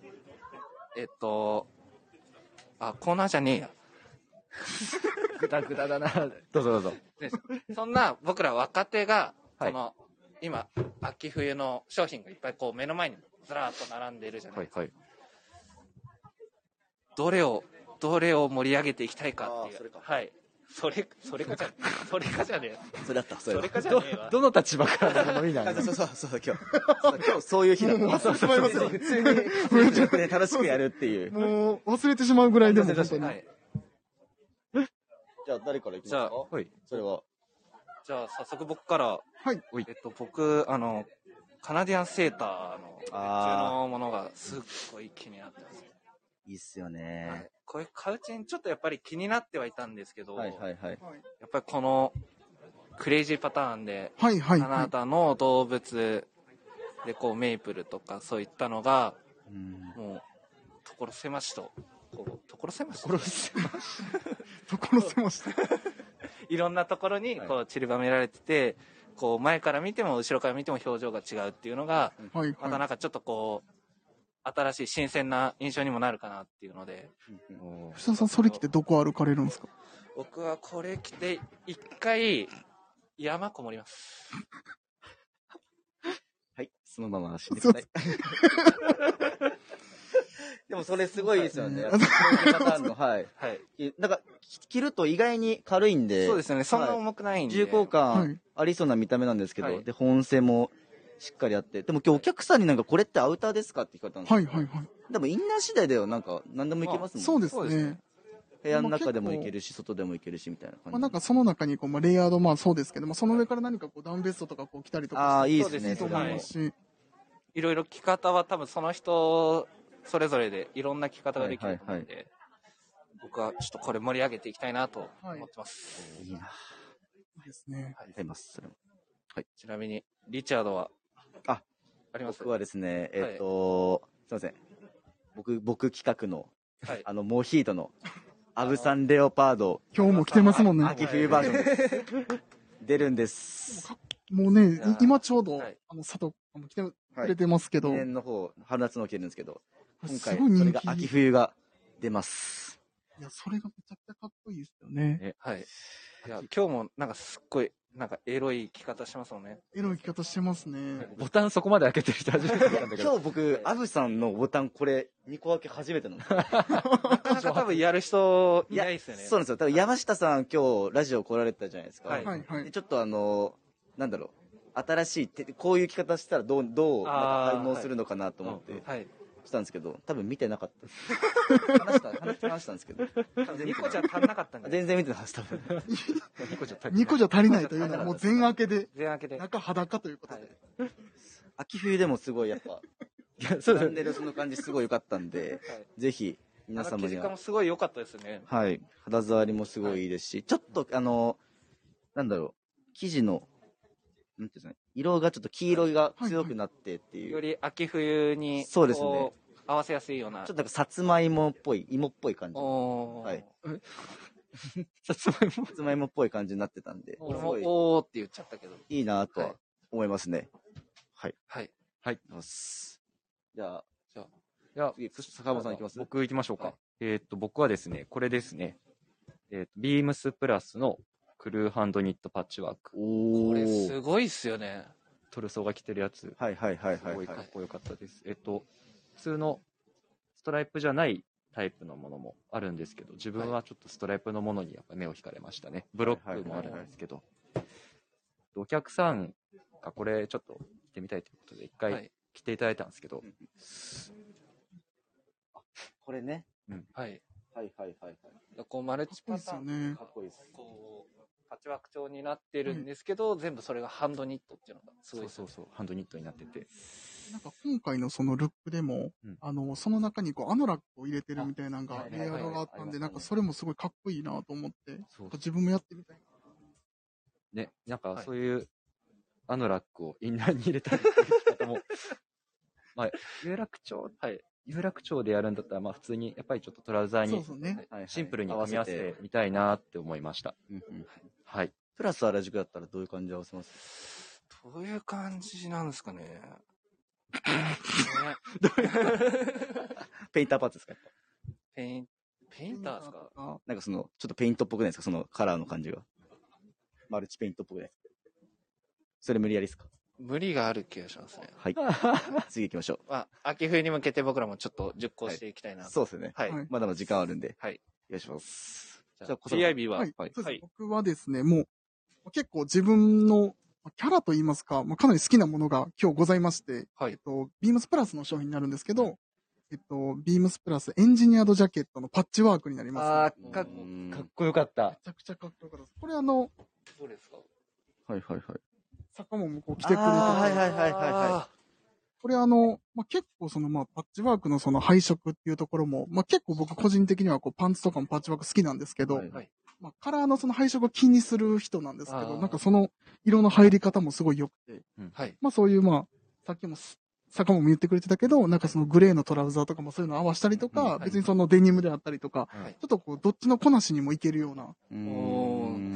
[SPEAKER 1] えっと、あ、コーナーじゃねえや。
[SPEAKER 2] グダグダだな。どうぞどうぞ。
[SPEAKER 1] そんな僕ら若手が、
[SPEAKER 2] はい
[SPEAKER 1] その、今、秋冬の商品がいっぱいこう目の前にずらーっと並んでいるじゃない、
[SPEAKER 2] はいはい。
[SPEAKER 1] どれを、どれを盛り上げていきたいかっていう。
[SPEAKER 3] あーそれか
[SPEAKER 1] はい。それ、それかじゃ、それかじゃねえ。
[SPEAKER 3] それだった、そ
[SPEAKER 1] そ
[SPEAKER 3] れだ
[SPEAKER 1] れ
[SPEAKER 3] っ
[SPEAKER 1] かじゃ
[SPEAKER 2] ど
[SPEAKER 1] ねえわ、。
[SPEAKER 2] どの立場からでもいいな。
[SPEAKER 3] た。あそうそうそうそう、今日。そう今日、そういう日だった。
[SPEAKER 5] そうそうそう。普通に、普通に楽しくやるっていう。
[SPEAKER 4] もう忘れてしまうぐらいでも
[SPEAKER 5] 忘れて
[SPEAKER 4] 本
[SPEAKER 5] しま
[SPEAKER 4] 当
[SPEAKER 5] う
[SPEAKER 4] に
[SPEAKER 1] は。い。
[SPEAKER 5] じゃあ誰から行
[SPEAKER 1] きますか
[SPEAKER 2] はい。
[SPEAKER 5] それは。
[SPEAKER 1] じゃあ早速僕から、
[SPEAKER 4] はい
[SPEAKER 2] おい
[SPEAKER 1] えっと、僕、あの、カナディアンセーターの、中
[SPEAKER 3] ああ、
[SPEAKER 1] のものがすっごい気になってます。
[SPEAKER 3] いいっすよ
[SPEAKER 1] は
[SPEAKER 3] ね
[SPEAKER 1] い。こういうカウチンちょっとやっぱり気になってはいたんですけど、
[SPEAKER 5] はいはいはい。
[SPEAKER 1] やっぱりこのクレイジーパターンで、
[SPEAKER 4] はいはい
[SPEAKER 1] あ
[SPEAKER 4] は。
[SPEAKER 1] ないたの動物でこうメイプルとかそういったのが
[SPEAKER 3] うん
[SPEAKER 1] もう所狭しとこう所狭しと
[SPEAKER 2] 殺してま
[SPEAKER 4] 所狭しと。
[SPEAKER 1] いろんなところにこう散りばめられててこう前から見ても後ろから見ても表情が違うっていうのが
[SPEAKER 4] はい
[SPEAKER 1] またな
[SPEAKER 4] は
[SPEAKER 1] んかちょっとこう新しい新鮮な印象にもなるかなっていうので
[SPEAKER 4] い。吉田さん、それ着てどこ歩かれるんですか
[SPEAKER 1] 僕はこれ着て一回山こもります
[SPEAKER 3] はい、そのまま死んで
[SPEAKER 4] そう
[SPEAKER 3] く
[SPEAKER 4] で
[SPEAKER 3] だ
[SPEAKER 4] す
[SPEAKER 3] さい。
[SPEAKER 5] でもそれすごいですよね。
[SPEAKER 4] うん
[SPEAKER 5] こういうパターンの、はい。
[SPEAKER 1] はい
[SPEAKER 5] きなんか、き着ると意外に軽いんで、
[SPEAKER 1] そうですよねそんな
[SPEAKER 5] はい
[SPEAKER 1] 重くないんで
[SPEAKER 5] 重厚
[SPEAKER 4] はい
[SPEAKER 5] 感ありそうな見た目なんですけど、
[SPEAKER 1] はい
[SPEAKER 5] で、本性もしっかりあって、でも今日お客さんになんかこれってアウターですかって聞かれたんですよ
[SPEAKER 4] はいはいはい。
[SPEAKER 5] でもインナー次第だよ、なんか何でもいけますもん、
[SPEAKER 4] そうです
[SPEAKER 1] そうです
[SPEAKER 4] ね
[SPEAKER 1] ね。
[SPEAKER 5] 部屋の中でもいけるし、外でもいけるしみたいな感じ。
[SPEAKER 4] まあ、なんかその中にこう、まあ、レイヤードまあそうですけども、その上から何かこうダウンベストとかこう着たりと
[SPEAKER 5] あ
[SPEAKER 4] か
[SPEAKER 5] あ、
[SPEAKER 4] し
[SPEAKER 5] いい
[SPEAKER 1] そう
[SPEAKER 5] で
[SPEAKER 1] ですすね
[SPEAKER 5] ね、
[SPEAKER 4] ていいと
[SPEAKER 5] それ
[SPEAKER 4] 思
[SPEAKER 5] も。
[SPEAKER 4] いますし、
[SPEAKER 1] いろいろ着方は多分その人それぞれでいろんな着方ができると思うんで、僕はちょっとこれ盛り上げていきたいなと思ってます、
[SPEAKER 5] いいな。
[SPEAKER 4] いいですね。
[SPEAKER 5] ありがとうございます、それも。
[SPEAKER 1] ちなみにリチャードは
[SPEAKER 5] あ
[SPEAKER 1] あります
[SPEAKER 5] 僕はですね、えっ、と、すいません。僕、僕企画の、
[SPEAKER 1] はい
[SPEAKER 5] あの、モヒートの、アブさんレオパード、
[SPEAKER 4] 今日も着てますもんね。
[SPEAKER 5] 秋冬バージョンです。出るんです。
[SPEAKER 4] もうね、い
[SPEAKER 1] やー
[SPEAKER 4] 今ちょうど、
[SPEAKER 1] はい
[SPEAKER 4] あの、佐藤も来てくれてますけど、
[SPEAKER 5] 記念の方、春夏の着てるんですけど、今
[SPEAKER 4] す
[SPEAKER 5] 回、
[SPEAKER 4] ごい
[SPEAKER 5] それ
[SPEAKER 4] 人
[SPEAKER 5] が
[SPEAKER 4] 気。
[SPEAKER 5] 秋冬が出ます。
[SPEAKER 4] いや、それがめちゃくちゃかっこいいですよね。
[SPEAKER 1] はいいや今日もなんかすっごいなんかエロい着方してますもんね
[SPEAKER 4] エロい着方してますね。
[SPEAKER 2] ボタンそこまで開けてる人初めて見たんだけ
[SPEAKER 5] 今
[SPEAKER 2] ど。
[SPEAKER 5] 日僕、アブさんのボタンこれ、2個分け初めてなんですよ。
[SPEAKER 1] なか なか多分やる人いないですよね
[SPEAKER 5] そうなんですよ。多分山下さん今日、ラジオ来られてたじゃないですか。
[SPEAKER 1] はい
[SPEAKER 4] はいはい
[SPEAKER 5] で。ちょっとあの、なんだろう、新しい手、こういう着方したらどう、どう、なん
[SPEAKER 1] あー
[SPEAKER 5] か反応するのかなと思って、
[SPEAKER 1] はい
[SPEAKER 5] したんですけど、多分見てなかった。話した、話話したんですけど、
[SPEAKER 1] 多分2個じゃ足んなかったんで
[SPEAKER 5] 全然見てないです、多分。
[SPEAKER 2] 2個じゃ足りない
[SPEAKER 4] 2個じゃ足りないというのはもう全開けで、
[SPEAKER 1] 全開けで、はい、
[SPEAKER 4] 中裸ということで。
[SPEAKER 5] 秋冬でもすごいやっぱ、
[SPEAKER 2] いやそ
[SPEAKER 5] ブラ
[SPEAKER 2] うです
[SPEAKER 5] ンデルスの感じすごい良かったんで、ぜひ、皆
[SPEAKER 1] あの
[SPEAKER 5] 様
[SPEAKER 1] 生
[SPEAKER 5] に
[SPEAKER 1] 地感も
[SPEAKER 5] は。
[SPEAKER 1] すごい良かったですね
[SPEAKER 5] はい。肌触りもすごいいいですし、ちょっとあの、なんだろう、生地の、なんていうんですかね、色がちょっと黄色が強くなってっていう。
[SPEAKER 1] より秋冬に
[SPEAKER 5] そうですね
[SPEAKER 1] こう合わせやすいような
[SPEAKER 5] ちょっとなんかさつまいもっぽい、芋っぽい感じ。
[SPEAKER 1] おー
[SPEAKER 5] はい
[SPEAKER 2] さつまいも。
[SPEAKER 5] さつまいもっぽい感じになってたんで、す
[SPEAKER 1] 俺
[SPEAKER 5] ご
[SPEAKER 1] も
[SPEAKER 5] い
[SPEAKER 1] おーって言っちゃったけど。
[SPEAKER 5] いいなと
[SPEAKER 1] はい
[SPEAKER 5] は思いますね。
[SPEAKER 1] はい。
[SPEAKER 5] よしじゃあ、
[SPEAKER 2] いや、
[SPEAKER 5] 次、坂本さんいきます
[SPEAKER 2] 僕行きましょうか。
[SPEAKER 5] はい
[SPEAKER 2] えーっと、僕はですね、これですね。えーっと、ビームスプラスのクルーハンドニットパッチワーク。
[SPEAKER 5] お
[SPEAKER 1] これ
[SPEAKER 5] ー
[SPEAKER 1] すごいっすよね。
[SPEAKER 2] トルソーが着てるやつ。
[SPEAKER 5] はいはいはい
[SPEAKER 2] す
[SPEAKER 5] はい
[SPEAKER 2] ごい
[SPEAKER 5] は
[SPEAKER 2] か
[SPEAKER 5] い
[SPEAKER 2] っ。こよかったです。えっと、普通のストライプじゃないタイプのものもあるんですけど、自分はちょっとストライプのものにやっぱ目を引かれましたね。ブロックもあるんですけど。お客さんがこれちょっと着てみたいということで、一
[SPEAKER 1] はい。
[SPEAKER 2] 回着ていただいたんですけど、
[SPEAKER 5] これね。
[SPEAKER 1] はい。
[SPEAKER 5] はいはいはいはい。
[SPEAKER 2] こうマル
[SPEAKER 4] かっ
[SPEAKER 2] チ
[SPEAKER 4] こい
[SPEAKER 2] パ
[SPEAKER 4] いです
[SPEAKER 2] ター
[SPEAKER 4] よ
[SPEAKER 2] ン
[SPEAKER 4] ね。
[SPEAKER 5] かっこいいです。
[SPEAKER 2] こうパッチワーク調になってるんですけど、全部それがハンドニットっていうのがすごそいうですよそうねそう、ハンドニットになってて。
[SPEAKER 4] なんか今回のそのルックでも、
[SPEAKER 2] うん
[SPEAKER 4] あの、その中にこうアノラックを入れてるみたいなの
[SPEAKER 5] あ
[SPEAKER 4] が
[SPEAKER 5] はい
[SPEAKER 4] レイヤードがあったん
[SPEAKER 5] はいは
[SPEAKER 4] で、
[SPEAKER 5] い
[SPEAKER 4] なんかそれもすごいかっこいいなと思って、なんか
[SPEAKER 2] そう
[SPEAKER 4] 自分もやってみたい。
[SPEAKER 2] ね、なん
[SPEAKER 1] は
[SPEAKER 2] か
[SPEAKER 1] い
[SPEAKER 2] そういうアノラックをインナーに入れたりっていう方も、まあ、有楽町、はい、有楽町でやるんだったら、まあ普通にやっぱりちょっとトラウザー
[SPEAKER 4] そ
[SPEAKER 2] に
[SPEAKER 4] うそうね。
[SPEAKER 5] はいはい
[SPEAKER 2] シンプルに組み合わせてみたいなって思いました。
[SPEAKER 5] うんうん
[SPEAKER 2] はい。
[SPEAKER 5] プラス原宿だったらどういう感じで合わせます
[SPEAKER 1] どういう感じなんですかね。
[SPEAKER 5] ペインターパーツですかやっぱ
[SPEAKER 1] ペイン、ペインターですか
[SPEAKER 4] か
[SPEAKER 5] なんかその、ちょっとペイントっぽくないですかそのカラーの感じが。マルチペイントっぽくないですかそれ無理やりですか
[SPEAKER 1] 無理がある気がしますね。
[SPEAKER 5] はい。次行きましょ。
[SPEAKER 1] まあ、秋冬に向けて僕らもちょっと熟考していきたいう な。
[SPEAKER 5] そうですよね。
[SPEAKER 1] はい。
[SPEAKER 4] はい
[SPEAKER 5] まだまだ時間あるんで。
[SPEAKER 1] はい。
[SPEAKER 5] お願いします。
[SPEAKER 1] じゃあ
[SPEAKER 5] じゃあ、小坂さん
[SPEAKER 2] TIB は、
[SPEAKER 4] はい。
[SPEAKER 5] はい
[SPEAKER 4] そう
[SPEAKER 1] は
[SPEAKER 4] で
[SPEAKER 1] い
[SPEAKER 4] す。僕はですね、もう、結構自分のまあキャラといいますか、まあ、かなり好きなものが今日ございまして、
[SPEAKER 1] はい
[SPEAKER 4] えっと、ビームスプラスの商品になるんですけど、えっと、ビームスプラスエンジニアードジャケットのパッチワークになります、
[SPEAKER 2] あーか
[SPEAKER 5] う
[SPEAKER 2] っ
[SPEAKER 5] ん
[SPEAKER 2] かっこよかった。
[SPEAKER 4] めちゃくちゃかっこよかったです。これあの、
[SPEAKER 1] どうですか
[SPEAKER 5] はいはいはい。
[SPEAKER 4] 坂本もこう来てくれてて、
[SPEAKER 5] あーはいはいはいはいは
[SPEAKER 4] これあの、まあ、結構そのまあパッチワークのその配色っていうところも、まあ、結構僕個人的にはこうパンツとかもパッチワーク好きなんですけど、
[SPEAKER 5] はい
[SPEAKER 1] はい
[SPEAKER 4] まあ、カラーのその配色を気にする人なんですけ
[SPEAKER 1] あ
[SPEAKER 4] ど、
[SPEAKER 1] ー
[SPEAKER 4] なんかその色の入り方もすごい良くて、
[SPEAKER 1] はい。
[SPEAKER 4] まあそういうまあ、さっきもす、坂本も言ってくれてたけど、なんかそのグレーのトラウザーとかもそういうの合わしたりとか、
[SPEAKER 5] うん
[SPEAKER 1] はい
[SPEAKER 4] 別にそのデニムであったりとか、
[SPEAKER 1] はい
[SPEAKER 4] ちょっとこうどっちのこなしにもいけるような、
[SPEAKER 5] う
[SPEAKER 1] お
[SPEAKER 5] ん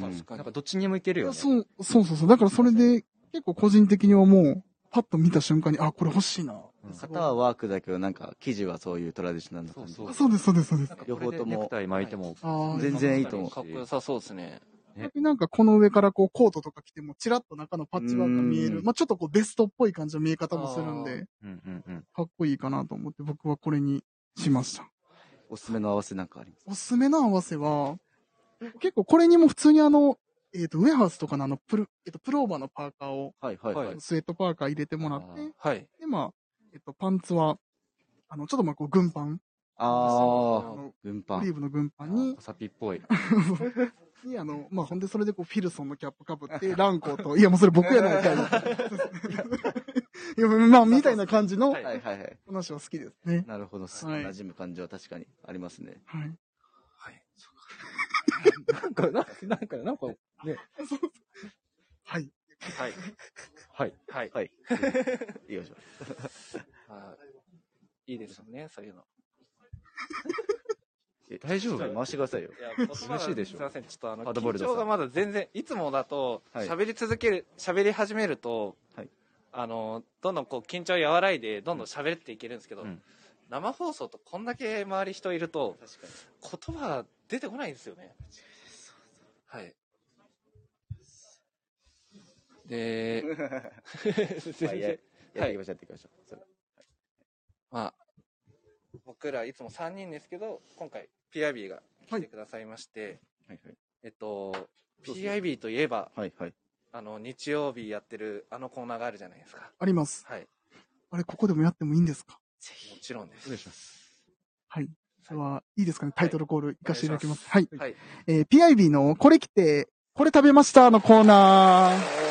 [SPEAKER 1] ー、確か
[SPEAKER 2] な
[SPEAKER 1] に
[SPEAKER 2] んか。どっちにもいけるよね。
[SPEAKER 4] そう、そうそうそう。だからそれで結構個人的にはもう、パッと見た瞬間に、あ、これ欲しいな。
[SPEAKER 5] 型はワークだけど、なんか、生地はそういうトラディショナルな感じ。
[SPEAKER 2] そう
[SPEAKER 4] あそうです、そうです、そうです。
[SPEAKER 5] 両方とも
[SPEAKER 2] ネクタイ巻いても、
[SPEAKER 4] ああ、
[SPEAKER 5] 全然いいと思う
[SPEAKER 1] かっこよさそうですね。
[SPEAKER 2] ね
[SPEAKER 4] なんかこの上からこうコートとか着ても、チラッと中のパッチワークが見え
[SPEAKER 5] う
[SPEAKER 4] る。
[SPEAKER 5] ん
[SPEAKER 4] まあちょっとこうベストっぽい感じの見え方もするんで、
[SPEAKER 2] うんうんうん。
[SPEAKER 4] かっこいいかなと思って僕はこれにしました。
[SPEAKER 5] おすすめの合わせなんかあります
[SPEAKER 4] おすすめの合わせは、結構これにも普通にあの、えっ、と、ウェハースとかのあの、プル、えっ、と、プローバーのパーカーを、
[SPEAKER 5] はいはいはい。
[SPEAKER 4] スウェットパーカー入れてもらっ
[SPEAKER 2] あ
[SPEAKER 4] て
[SPEAKER 2] ー、
[SPEAKER 1] はい。
[SPEAKER 4] で、まあ、えっ、と、パンツは、あの、ちょっとまあこう、軍パン
[SPEAKER 5] あ
[SPEAKER 4] あ
[SPEAKER 5] あ、
[SPEAKER 4] の、
[SPEAKER 5] 軍
[SPEAKER 4] オ
[SPEAKER 5] パ
[SPEAKER 4] リ
[SPEAKER 5] ン。
[SPEAKER 4] ーブの軍パンに
[SPEAKER 2] コ、サピっぽい。
[SPEAKER 4] に、あの、まあ、ほんでそれでこう、フィルソンのキャップかぶって、ランコと、いや、もうそれ僕やない かい。いや、まあ、みたいな感じの
[SPEAKER 2] はい
[SPEAKER 5] はいはいはい。
[SPEAKER 4] 話は好きですね。
[SPEAKER 5] なるほど。す
[SPEAKER 4] はい
[SPEAKER 5] 馴染む感じは確かにありますね。
[SPEAKER 4] はい。
[SPEAKER 2] なんか、なんか、なんか、なんか、
[SPEAKER 4] はい。
[SPEAKER 1] はい。
[SPEAKER 2] はい。
[SPEAKER 1] はい。
[SPEAKER 5] はい。よいしょ。
[SPEAKER 1] はいいいですよね、そういうの。
[SPEAKER 5] え
[SPEAKER 2] 大丈夫
[SPEAKER 5] ちょっと回してくださいよ。
[SPEAKER 2] 難しいでし
[SPEAKER 1] す
[SPEAKER 2] ょ
[SPEAKER 1] いません、ちょっとあの、
[SPEAKER 2] ハードボイル
[SPEAKER 1] 緊
[SPEAKER 2] ドさん
[SPEAKER 1] 張がまだ全然、いつもだと、
[SPEAKER 5] はい
[SPEAKER 1] 喋り続ける、喋り始めると
[SPEAKER 5] はい、
[SPEAKER 1] あの、どんどんこう、緊張和らいで、どんどん喋っていけるんですけど
[SPEAKER 2] うん、
[SPEAKER 1] 生放送とこんだけ周り人いると、
[SPEAKER 5] 確かに。
[SPEAKER 1] 言葉が出てこないんですよね。はい。 で、
[SPEAKER 5] まあや
[SPEAKER 1] 全
[SPEAKER 5] やっていきましょう、やっていきましょう。それ
[SPEAKER 1] まあ、僕らいつも3人ですけど、今回 PIB が来てくださいまして、
[SPEAKER 5] はいはい。
[SPEAKER 1] えっと、
[SPEAKER 5] そうですね
[SPEAKER 1] PIB といえば、
[SPEAKER 5] はいはい。
[SPEAKER 1] あの、日曜日やってるあのコーナーがあるじゃないですか。
[SPEAKER 4] あります。
[SPEAKER 1] はい。
[SPEAKER 4] あれ、ここでもやってもいいんですか
[SPEAKER 1] もちろんです。。
[SPEAKER 2] お願いします
[SPEAKER 4] はい。それは、いいですかねタイトルコール行かせていただきます。
[SPEAKER 1] は
[SPEAKER 4] はいい。。
[SPEAKER 1] はい。
[SPEAKER 4] えー PIB の、これ来て、これ食べましたのコーナー。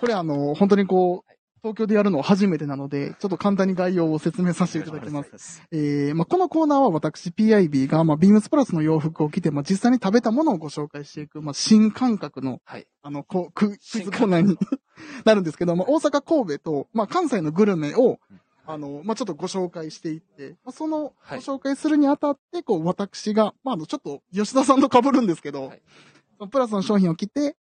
[SPEAKER 4] これあの、本当にこう、東京でやるの初めてなので、ちょっと簡単に概要を説明させていただきます。
[SPEAKER 5] す。
[SPEAKER 4] えーまあ、このコーナーは私 PIB が、まあ、ビームスプラスの洋服を着て、まあ、実際に食べたものをご紹介していく、まあ、新感覚の、
[SPEAKER 1] はい
[SPEAKER 4] あの、こうククイ
[SPEAKER 1] 新
[SPEAKER 4] ズ
[SPEAKER 1] 感覚
[SPEAKER 4] コーナーに なるんですけど、まあ、大阪、神戸と、まあ、関西のグルメを、あの、まあ、ちょっとご紹介していって、まあ、その、
[SPEAKER 1] は
[SPEAKER 4] ご
[SPEAKER 1] い
[SPEAKER 4] 紹介するにあたって、こう、私が、まあ、あの、ちょっと、吉田さんと被るんですけど、
[SPEAKER 1] はい
[SPEAKER 4] まあプラスの商品を着て、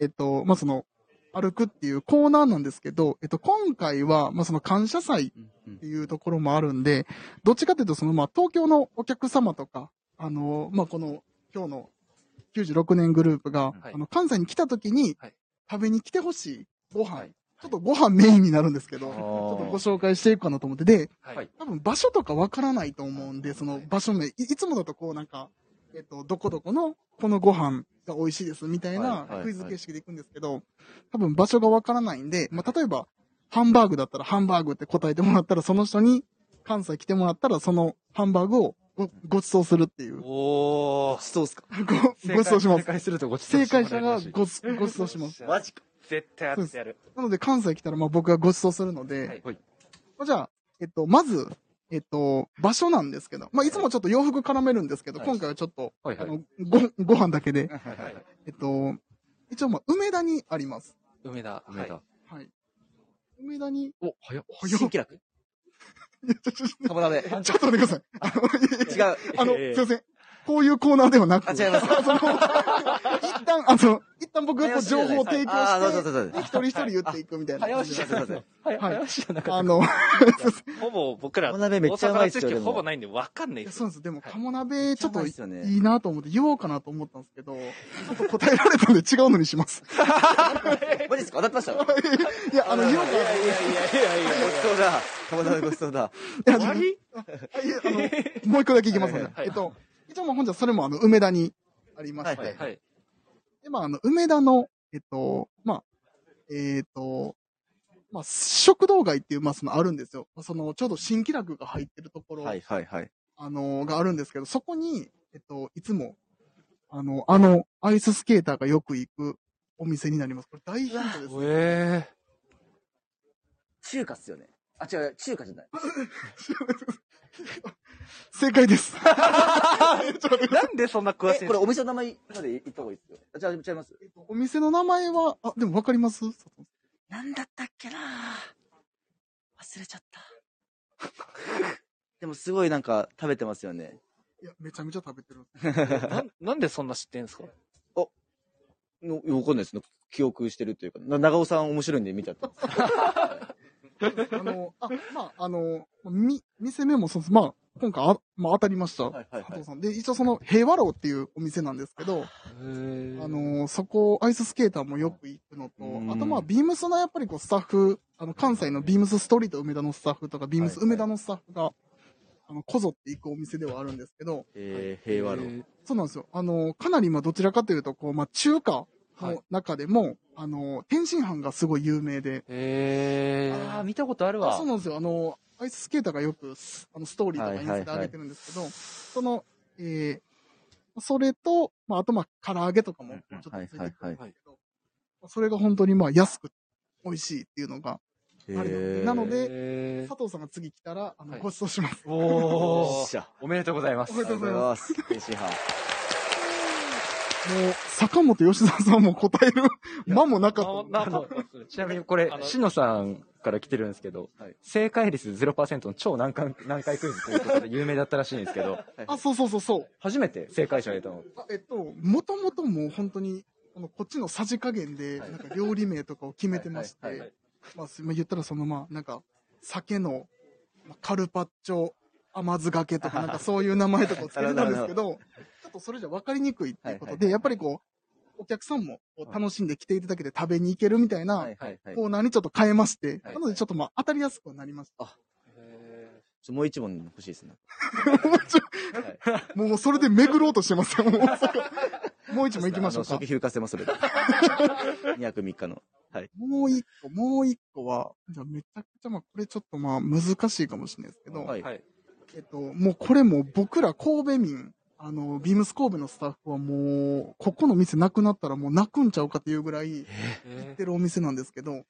[SPEAKER 4] えっと、まあ、その、歩くっていうコーナーなんですけど、えっと、今回は、まあ、その感謝祭
[SPEAKER 5] うんうん
[SPEAKER 4] っていうところもあるんで、どっちかというと、その、まあ、東京のお客様とか、あの、まあ、この、今日の96年グループが、
[SPEAKER 1] はい
[SPEAKER 4] あの、関西に来た時に
[SPEAKER 1] はい、
[SPEAKER 4] 食べに来てほしいご飯、
[SPEAKER 1] はい
[SPEAKER 4] ちょっとご飯メインになるんですけ
[SPEAKER 5] あ
[SPEAKER 4] ど、
[SPEAKER 5] ー
[SPEAKER 4] ちょっとご紹介していくかなと思って、で、
[SPEAKER 1] はい。
[SPEAKER 2] はい
[SPEAKER 4] 多分場所とかわからないと思うんで、その場所名、いいつもだとこうなんか、えっと、どこどこのこのご飯が美味しいですみたい
[SPEAKER 5] は
[SPEAKER 4] ない
[SPEAKER 5] はい
[SPEAKER 4] クイズ形式でいくんですけど、多分場所がわからないんで、まあ、例えば、ハンバーグだったらハンバーグって答えてもらったら、その人に関西来てもらったら、そのハンバーグをご、ご馳走するって いう。
[SPEAKER 1] おー。
[SPEAKER 3] そうっすか。
[SPEAKER 4] ご、ご馳走しま
[SPEAKER 2] 正
[SPEAKER 4] す。
[SPEAKER 2] 解するとご馳
[SPEAKER 4] 正
[SPEAKER 2] 走してもらえる
[SPEAKER 4] 解者が
[SPEAKER 2] らしい
[SPEAKER 4] ごち、ご馳走します。
[SPEAKER 1] マジか。絶対当ててやる。
[SPEAKER 4] なので、関西来たら、まあ僕がご馳走するので、
[SPEAKER 1] はい
[SPEAKER 2] はい
[SPEAKER 4] まあじゃあ、えっと、まず、えっと、場所なんですけど、まあいつもちょっと洋服絡めるんですけど、
[SPEAKER 3] はい
[SPEAKER 4] 今回はちょっと、
[SPEAKER 2] はいは
[SPEAKER 4] あ
[SPEAKER 2] い。
[SPEAKER 4] の、ご、ご飯だけで、
[SPEAKER 3] はいはい。
[SPEAKER 4] えっと、一応、まあ、梅田にあります。
[SPEAKER 1] 梅田。
[SPEAKER 2] 梅
[SPEAKER 1] はい
[SPEAKER 2] 田。
[SPEAKER 4] はい。梅 田に、
[SPEAKER 2] お、早っ。
[SPEAKER 4] 早っ
[SPEAKER 3] 新気楽
[SPEAKER 4] いやちょちょちょ
[SPEAKER 3] カバラで。
[SPEAKER 4] ちょっと待ってください。あの、いやいや
[SPEAKER 3] 違う。
[SPEAKER 4] あの、
[SPEAKER 2] ええ
[SPEAKER 4] すいません。こういうコーナーではなく、
[SPEAKER 3] あ、違います。
[SPEAKER 4] その、一旦、あの、一旦僕がこう情報を提供
[SPEAKER 3] あー、どうぞ
[SPEAKER 4] し
[SPEAKER 3] ど
[SPEAKER 4] て、
[SPEAKER 3] うぞどうぞ。
[SPEAKER 4] 一人一人言っていくみたいな
[SPEAKER 3] 早
[SPEAKER 4] 感
[SPEAKER 3] 押し
[SPEAKER 4] じ
[SPEAKER 3] じ
[SPEAKER 4] で。
[SPEAKER 3] ゃな
[SPEAKER 2] 早
[SPEAKER 4] はい
[SPEAKER 2] 押しじゃなか
[SPEAKER 4] あ
[SPEAKER 2] っ
[SPEAKER 4] の、
[SPEAKER 1] ほぼ僕ら、
[SPEAKER 5] お
[SPEAKER 1] 大
[SPEAKER 5] 鍋めっちゃう
[SPEAKER 1] 阪
[SPEAKER 5] まい
[SPEAKER 1] の
[SPEAKER 5] っ
[SPEAKER 1] 知
[SPEAKER 5] すよ、
[SPEAKER 1] 識
[SPEAKER 5] で
[SPEAKER 1] ほぼ
[SPEAKER 5] も。
[SPEAKER 1] ないんで分かんない
[SPEAKER 4] いや
[SPEAKER 1] です
[SPEAKER 4] そう
[SPEAKER 1] よ。
[SPEAKER 4] なんです。でも、鴨鍋、ちょっと
[SPEAKER 5] い
[SPEAKER 4] い
[SPEAKER 5] っすよね。
[SPEAKER 4] いなと思って、言おうかなと思ったんですけど、ちょっと答えられたんで違うのにします。
[SPEAKER 3] マジっすか当たってましたご
[SPEAKER 4] いや、あの、言おうかなと思っ
[SPEAKER 3] ちそうだ。
[SPEAKER 5] カバラでご馳走だ。
[SPEAKER 4] て。いや
[SPEAKER 1] 終わり
[SPEAKER 4] いや、あの、もう一個だけいきますので。
[SPEAKER 1] はい
[SPEAKER 4] えっと、一応まあ本日はそれもあの、梅田にありまして、
[SPEAKER 3] はい
[SPEAKER 1] はい。
[SPEAKER 4] で、まああの、梅田の、えっと、まあ、えっ、と、まあ、食堂街っていう、まあそのあるんですよ。その、ちょうど新気楽が入ってるところ、
[SPEAKER 5] はいはいはい。
[SPEAKER 4] あの、があるんですけど、そこに、えっと、いつも、あの、あの、アイススケーターがよく行くお店になります。これ大ヒントです。
[SPEAKER 2] え
[SPEAKER 3] 中華っすよね。あ、違う、中華じゃない。
[SPEAKER 4] 正解です。
[SPEAKER 1] なんでそんな詳し
[SPEAKER 3] え、
[SPEAKER 1] いん
[SPEAKER 3] これ
[SPEAKER 1] です
[SPEAKER 3] お店の名前まで言った方がいいっすよ。あ、じゃあ、違います
[SPEAKER 4] お店の名前は、あ、でもわかります
[SPEAKER 3] なんだったっけな忘れちゃった。
[SPEAKER 5] でもすごいなんか食べてますよね。
[SPEAKER 4] いや、めちゃめちゃ食べてる。
[SPEAKER 1] かなんなんでそんな知ってんすか
[SPEAKER 5] のわかんないですね。記憶してるというか。な長尾さん面白いんで見ちゃった。
[SPEAKER 4] あの、あ、まあ、あの、み、店名もそうです。まあ、今回あ、まあ、当たりました。
[SPEAKER 5] はいはい
[SPEAKER 4] 加
[SPEAKER 5] はい
[SPEAKER 4] 藤。さん。で、一応その、平和楼っていうお店なんですけど、
[SPEAKER 1] あ
[SPEAKER 4] あ
[SPEAKER 1] の、
[SPEAKER 4] の、そこ、アイススケーターもよく行くの
[SPEAKER 5] うん
[SPEAKER 4] と、あとまあ、ビームスのやっぱりこう、スタッフ、あの、関西のビームスストリート梅田のスタッフとか、ビームス
[SPEAKER 5] はいはい
[SPEAKER 4] 梅田のスタッフが、あの、こぞって行くお店ではあるんですけど、
[SPEAKER 5] えー、平和の。
[SPEAKER 4] そうなんですよ。あの、かなり今どちらかというと、こう、まあ、中華
[SPEAKER 1] はい
[SPEAKER 4] の中でも、あの、天津飯がすごい有名で、
[SPEAKER 1] え
[SPEAKER 2] ああ、見たことあるわ。
[SPEAKER 4] そうなんですよ。あの、アイススケーターがよくス、あの、ストーリーとかインスタで上げてるんですけど、その、えー、それと、まあ、あと、まあ、唐揚げとかも、ちょっとついてくるんですけど、
[SPEAKER 5] はいは
[SPEAKER 1] は
[SPEAKER 5] い
[SPEAKER 1] い
[SPEAKER 4] それが本当に、まあ、安く、美味しいっていうのが、
[SPEAKER 5] へー
[SPEAKER 4] あれなので
[SPEAKER 1] え
[SPEAKER 4] 佐藤さんが次来たら、あの、
[SPEAKER 1] はい
[SPEAKER 4] ご馳走します。
[SPEAKER 2] お
[SPEAKER 5] よ
[SPEAKER 2] ー
[SPEAKER 5] っしゃ。。
[SPEAKER 2] おめでとうございます
[SPEAKER 4] お。めでとうございます
[SPEAKER 5] 天津飯。
[SPEAKER 4] もう、坂本吉沢さんも答える 間もなかった。
[SPEAKER 1] なかったっすね
[SPEAKER 2] ちなみにこれ
[SPEAKER 1] あ、の
[SPEAKER 2] しのさんから来てるんですけど、
[SPEAKER 5] はい
[SPEAKER 2] 正解率0%の超難関難解クイズということで有名だったらしいんですけど、
[SPEAKER 4] あ、そうそうそうそう。
[SPEAKER 2] 初めて正解者がいたの。
[SPEAKER 4] あえっと、もともともう本当に、あの、こっちのさじ加減で、なんか料理名とかを決めてまし
[SPEAKER 5] はいはいは
[SPEAKER 4] て、まあ、すまあ言ったらそのまあ、なんか、酒の、まあカルパッチョ、甘酢がけ とか、なんかそういう名前とかをつけてたんですけど、ちょっとそれじゃ分かりにくいっていうこ
[SPEAKER 5] はいは
[SPEAKER 4] と
[SPEAKER 5] いは
[SPEAKER 4] で、
[SPEAKER 5] い
[SPEAKER 4] やっぱりこう、お客さんもこう楽しんで来ていただけて食べに行けるみたいな
[SPEAKER 5] はいはいはい。
[SPEAKER 4] コーナーにちょっと変えまして、
[SPEAKER 5] はい
[SPEAKER 4] なのでちょっとまあ当たり やすくはな りまし
[SPEAKER 5] ちょもう一問欲しいですね。
[SPEAKER 4] た。もうそれで巡ろうとしてますよ、もう大阪。 もう一問行きましょう
[SPEAKER 5] あの
[SPEAKER 4] か
[SPEAKER 5] 初期。休暇せ ます、それで。2泊3日の。
[SPEAKER 4] もう一個、もう一個は、じゃあめちゃくちゃ、まあこれちょっとまあ難しいかもしれないですけど、
[SPEAKER 5] はい。
[SPEAKER 1] はい。
[SPEAKER 4] えっと、もうこれも僕ら神戸民、あの、ビームス神戸のスタッフはもう、ここの店なくなったらもう泣くんちゃうかっていうぐらい行っ
[SPEAKER 1] え
[SPEAKER 4] てるお店なんですけど、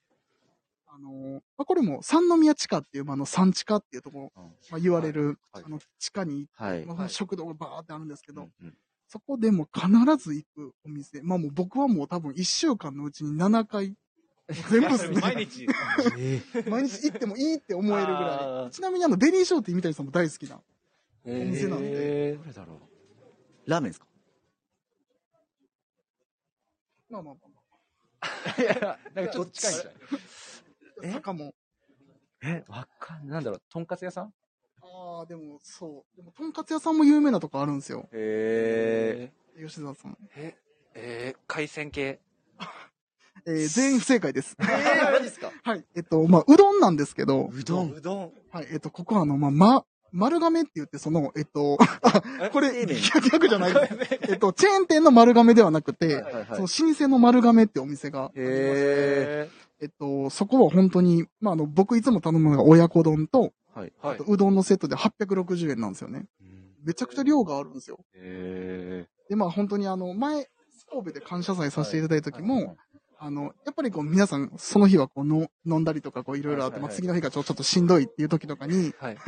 [SPEAKER 4] あの、まあ、これも三宮地下っていう、まあ、あの、三地下っていうところ、まあ、言われる、
[SPEAKER 5] はいはい
[SPEAKER 4] あの、地下に、
[SPEAKER 5] はい。
[SPEAKER 4] まあ、食堂がバーってあるんですけど、
[SPEAKER 5] うんうん
[SPEAKER 4] そこでも必ず行くお店、まあもう僕はもう多分1週間のうちに7回、 全部 ですね。
[SPEAKER 1] 毎日。
[SPEAKER 4] 毎日行ってもいいって思えるぐら
[SPEAKER 1] あー
[SPEAKER 4] い。ちなみにあの、デリーショーって三谷さんも大好きな。
[SPEAKER 1] お
[SPEAKER 4] 店なんで
[SPEAKER 5] どれだろう。ラーメンですか
[SPEAKER 4] まあまあま
[SPEAKER 2] いや、なんかちょっと近いんじゃない
[SPEAKER 4] あ。坂も。
[SPEAKER 2] え、わかんない。なんだろう、とんかつ屋さん
[SPEAKER 4] ああ、でもそう。でも、とんかつ屋さんも有名なとこあるんですよ。
[SPEAKER 5] へ
[SPEAKER 1] え
[SPEAKER 4] 吉沢さん。
[SPEAKER 1] ええー海鮮系。
[SPEAKER 4] えー、全員不正解です。
[SPEAKER 5] えー、マジですか
[SPEAKER 4] はい。えっと、まあ、うどんなんですけど、
[SPEAKER 5] うどん。
[SPEAKER 1] うどん。
[SPEAKER 4] はい。えっと、ここはあの、まあ、ま、丸亀って言って、その、えっと、あこれ、
[SPEAKER 5] 丁 寧に
[SPEAKER 4] 逆逆じゃないです。えっと、チェーン店の丸亀ではなくて、
[SPEAKER 5] はいはい
[SPEAKER 4] その老舗の丸亀ってお店が、
[SPEAKER 5] へ
[SPEAKER 4] えっと、そこは本当に、まあ、あの、僕いつも頼むのが親子丼と、
[SPEAKER 5] ー。はい。
[SPEAKER 1] はい。
[SPEAKER 4] うどんのセットで860円なんですよね。
[SPEAKER 5] え
[SPEAKER 4] めちゃくちゃ量があるんですよ。
[SPEAKER 2] え
[SPEAKER 4] で、まあ本当にあの、前、神戸で感謝祭させていただいた時も、あの、やっぱりこう皆さん、その日はこうの飲んだりとかこういろいろあって、まあ次の日がちょちょっとしんどいっていう時とかに、
[SPEAKER 2] はい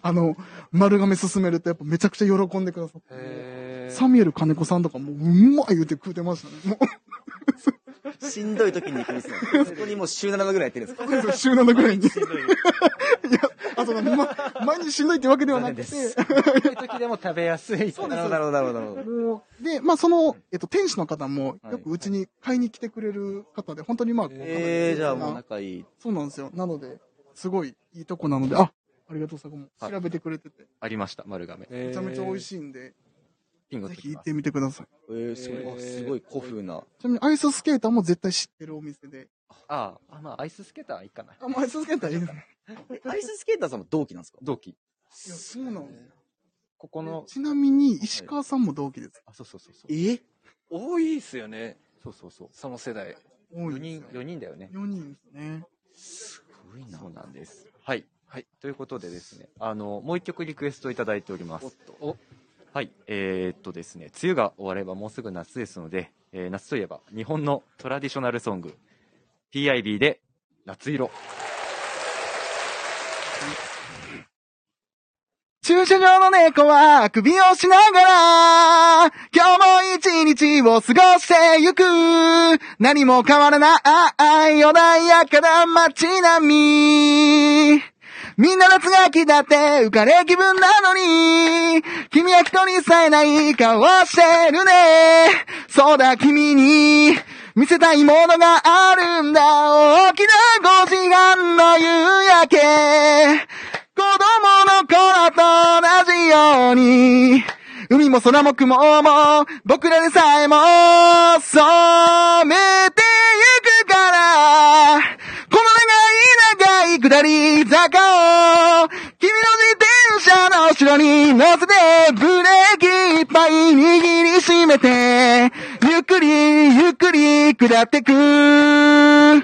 [SPEAKER 4] あの、丸亀進めるとやっぱめちゃくちゃ喜んでくださって、
[SPEAKER 2] え
[SPEAKER 4] サミュエル金子さんとかもううんまい言うて食うてましたね。もう
[SPEAKER 5] しんどい時に行くんですよ。 そこにもう週7ぐらいやってるんですか
[SPEAKER 4] そう ですよ週7ぐらいに。い や、あ、その、ま、毎日しんどいってわけではなくて、
[SPEAKER 2] そういう時でも食べやすい。
[SPEAKER 4] そうです
[SPEAKER 5] なるほど、なるほど、なるほど。
[SPEAKER 4] もう、で、まあ、その、えっと、店主の方も、よくうちに買いに来てくれる方で、本当にまあ、
[SPEAKER 5] ええー、じゃあもう
[SPEAKER 4] あ
[SPEAKER 5] 仲いい。
[SPEAKER 4] そうなんですよ。なので、すごいいいとこなので、あ、ありがとうさこも
[SPEAKER 2] はい
[SPEAKER 4] 調べてくれてて、
[SPEAKER 2] ありました、丸亀。
[SPEAKER 1] め
[SPEAKER 4] めちゃめちゃ美味
[SPEAKER 1] い。
[SPEAKER 4] しいんで、
[SPEAKER 2] ピンゴ
[SPEAKER 4] ぜ
[SPEAKER 2] とき
[SPEAKER 4] ひ行
[SPEAKER 2] ま
[SPEAKER 4] っ
[SPEAKER 2] す。
[SPEAKER 4] てみてください。
[SPEAKER 5] えー、すごい、あすごい古風な。
[SPEAKER 4] ちなみに、アイススケーターも絶対知ってるお店で、
[SPEAKER 2] ああ、あまあ、アイススケーターはいいかな。
[SPEAKER 4] あ、まあ、アイススケーターいいですね。
[SPEAKER 5] えアイススケーターさんも同期なんですか
[SPEAKER 2] 同期。
[SPEAKER 4] いや、そうなんですよ
[SPEAKER 2] ここの、
[SPEAKER 4] ちなみに、石川さんも同期です。
[SPEAKER 2] あ、そうそうそうそう。
[SPEAKER 5] え
[SPEAKER 1] 多いっすよね。
[SPEAKER 2] そうそうそう。
[SPEAKER 1] その世代。
[SPEAKER 4] 多
[SPEAKER 2] 4
[SPEAKER 4] いで
[SPEAKER 2] 人
[SPEAKER 4] すよ、。
[SPEAKER 2] 四人だよね。
[SPEAKER 4] 4人ですね。
[SPEAKER 2] そうなんです。はい。はい。ということでですね、あの、もう一曲リクエストいただいております。おはい。えーっとですね、梅雨が終わればもうすぐ夏ですので、えー夏といえば日本のトラディショナルソング、PIB で夏色。
[SPEAKER 4] 駐車場の猫は首をしながら、今日も一日を過ごしてゆく。何も変わらない穏やかな街並み。みんな夏が来たって浮かれ気分なのに、君は人にさえない顔してるね。そうだ君に見せたいものがあるんだ。大きな5時間の夕焼け。子供の頃と同じように、海も空も雲も、僕らでさえも、染めてゆくから、この長い長い下り坂を、君の自転車の後ろに乗せて、ブレーキいっぱい握りしめて、ゆっくりゆっくり下ってく。あ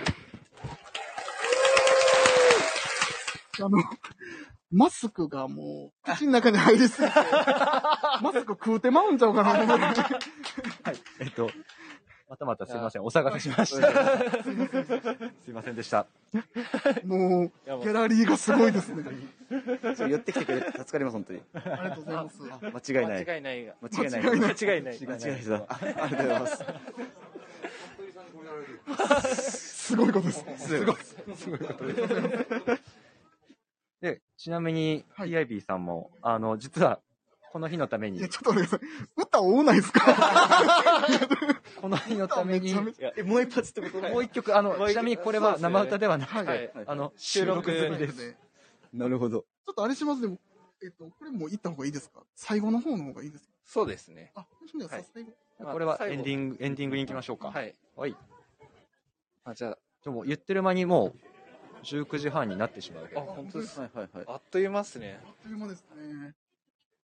[SPEAKER 4] の、 マスクがもう、口の中に入りすぎて、マスク食うてまうんちゃうかな。
[SPEAKER 2] えっと、またまたすいません。お探せしま した。すいませんでした。
[SPEAKER 4] もう、ギャラリーがすごいですね。
[SPEAKER 5] そう寄ってきてくれて助かります、本当に。
[SPEAKER 4] ありがとうございます。
[SPEAKER 5] 間違いない。
[SPEAKER 1] 間違いないが。
[SPEAKER 5] 間違いない。
[SPEAKER 4] 間違いな
[SPEAKER 1] 間違いない。
[SPEAKER 5] 間違いないです。 あありがとうございます。
[SPEAKER 4] すごいことです。
[SPEAKER 2] すごい。すごいことです。で、ちなみに、
[SPEAKER 4] はい
[SPEAKER 2] PIB さんも、あの、実は、この日のため
[SPEAKER 4] い
[SPEAKER 2] に
[SPEAKER 4] や、、ちょっと待ってください。歌多ないですか
[SPEAKER 2] この日のために、
[SPEAKER 4] めちゃめ
[SPEAKER 2] も
[SPEAKER 4] ち
[SPEAKER 5] え、もう一発ってこと
[SPEAKER 2] う一曲、あ
[SPEAKER 1] もう一
[SPEAKER 2] の、
[SPEAKER 1] 曲
[SPEAKER 2] ちなみにこれは生歌ではなく
[SPEAKER 4] はい
[SPEAKER 2] て、あの、
[SPEAKER 1] 収録
[SPEAKER 2] 収
[SPEAKER 4] ゃ
[SPEAKER 2] 録済みです。
[SPEAKER 4] ち
[SPEAKER 5] なるほど。
[SPEAKER 4] ょっとあれしますでも、えっと、これもう行った方がいいですか最後の方の方がいいですか
[SPEAKER 1] そうですね。
[SPEAKER 4] あ、そうですね。最後
[SPEAKER 1] まあ
[SPEAKER 2] これは
[SPEAKER 1] 最後
[SPEAKER 2] エンディング、エンディングに行きましょうか。
[SPEAKER 1] はい。
[SPEAKER 2] はい。じ
[SPEAKER 1] あ、じゃあ、
[SPEAKER 2] ゃあもう言ってる間にもう、19時半になってしまうけ
[SPEAKER 1] あ、
[SPEAKER 2] ど。
[SPEAKER 1] 本当です。
[SPEAKER 5] はいはいはい。
[SPEAKER 1] あっという間っすね。
[SPEAKER 4] あっという間ですね。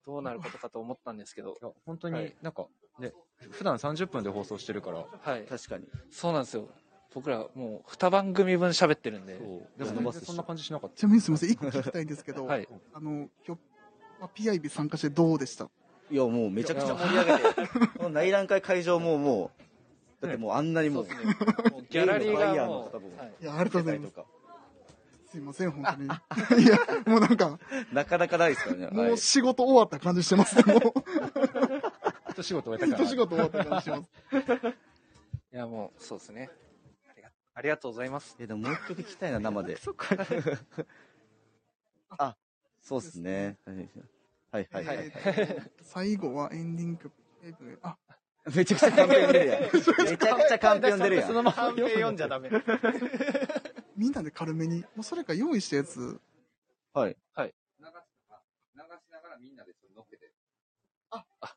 [SPEAKER 1] どうなることかと思ったんです けど。
[SPEAKER 2] いや、本当
[SPEAKER 1] は
[SPEAKER 2] に
[SPEAKER 1] い
[SPEAKER 2] なんか、ね、普段30分で放送してるから、
[SPEAKER 1] はい。
[SPEAKER 5] 確かに。
[SPEAKER 1] そうなんですよ。僕らもう2番組分喋ってるんで。
[SPEAKER 2] でも全然そんな感じしなかった。
[SPEAKER 4] ちなみにすみません、一個聞きたいんですけど、
[SPEAKER 1] はい。
[SPEAKER 4] あの、今日、まあ PIB 参加してどうでした
[SPEAKER 5] いや、もうめちゃくちゃ盛り上 げて、この内覧会会場ももう、だってもうあんなにもう、
[SPEAKER 1] もうギャラリーがも
[SPEAKER 5] ゲームのバイヤーの方も
[SPEAKER 1] う、はい
[SPEAKER 4] いや、ありがとうございま
[SPEAKER 5] と
[SPEAKER 4] す。
[SPEAKER 5] か、
[SPEAKER 4] すいません、本当に。いや、もうなんか、
[SPEAKER 5] なかなかないですからね。は
[SPEAKER 4] も
[SPEAKER 5] いう
[SPEAKER 4] 仕事終わった感じしてますね。もう、
[SPEAKER 2] 一仕事終 えたか
[SPEAKER 4] 一
[SPEAKER 2] ら
[SPEAKER 4] 仕。事終わった感じしてます。
[SPEAKER 1] いや、もう、そうですね。ありがありがとうございます。
[SPEAKER 5] え、でももう一曲聞きたいな、生で。あ、そうっすね。はいはいはい。
[SPEAKER 4] えーと最後はエンディング曲。PIB あ、
[SPEAKER 5] めちゃくちゃカンペ読んでるやん。 めちゃくちゃカンペ読んでるやん。
[SPEAKER 2] まま
[SPEAKER 1] カンペ読んじゃダメ。
[SPEAKER 4] みんなで軽めに、もうそれか用意したやつ、
[SPEAKER 5] はい。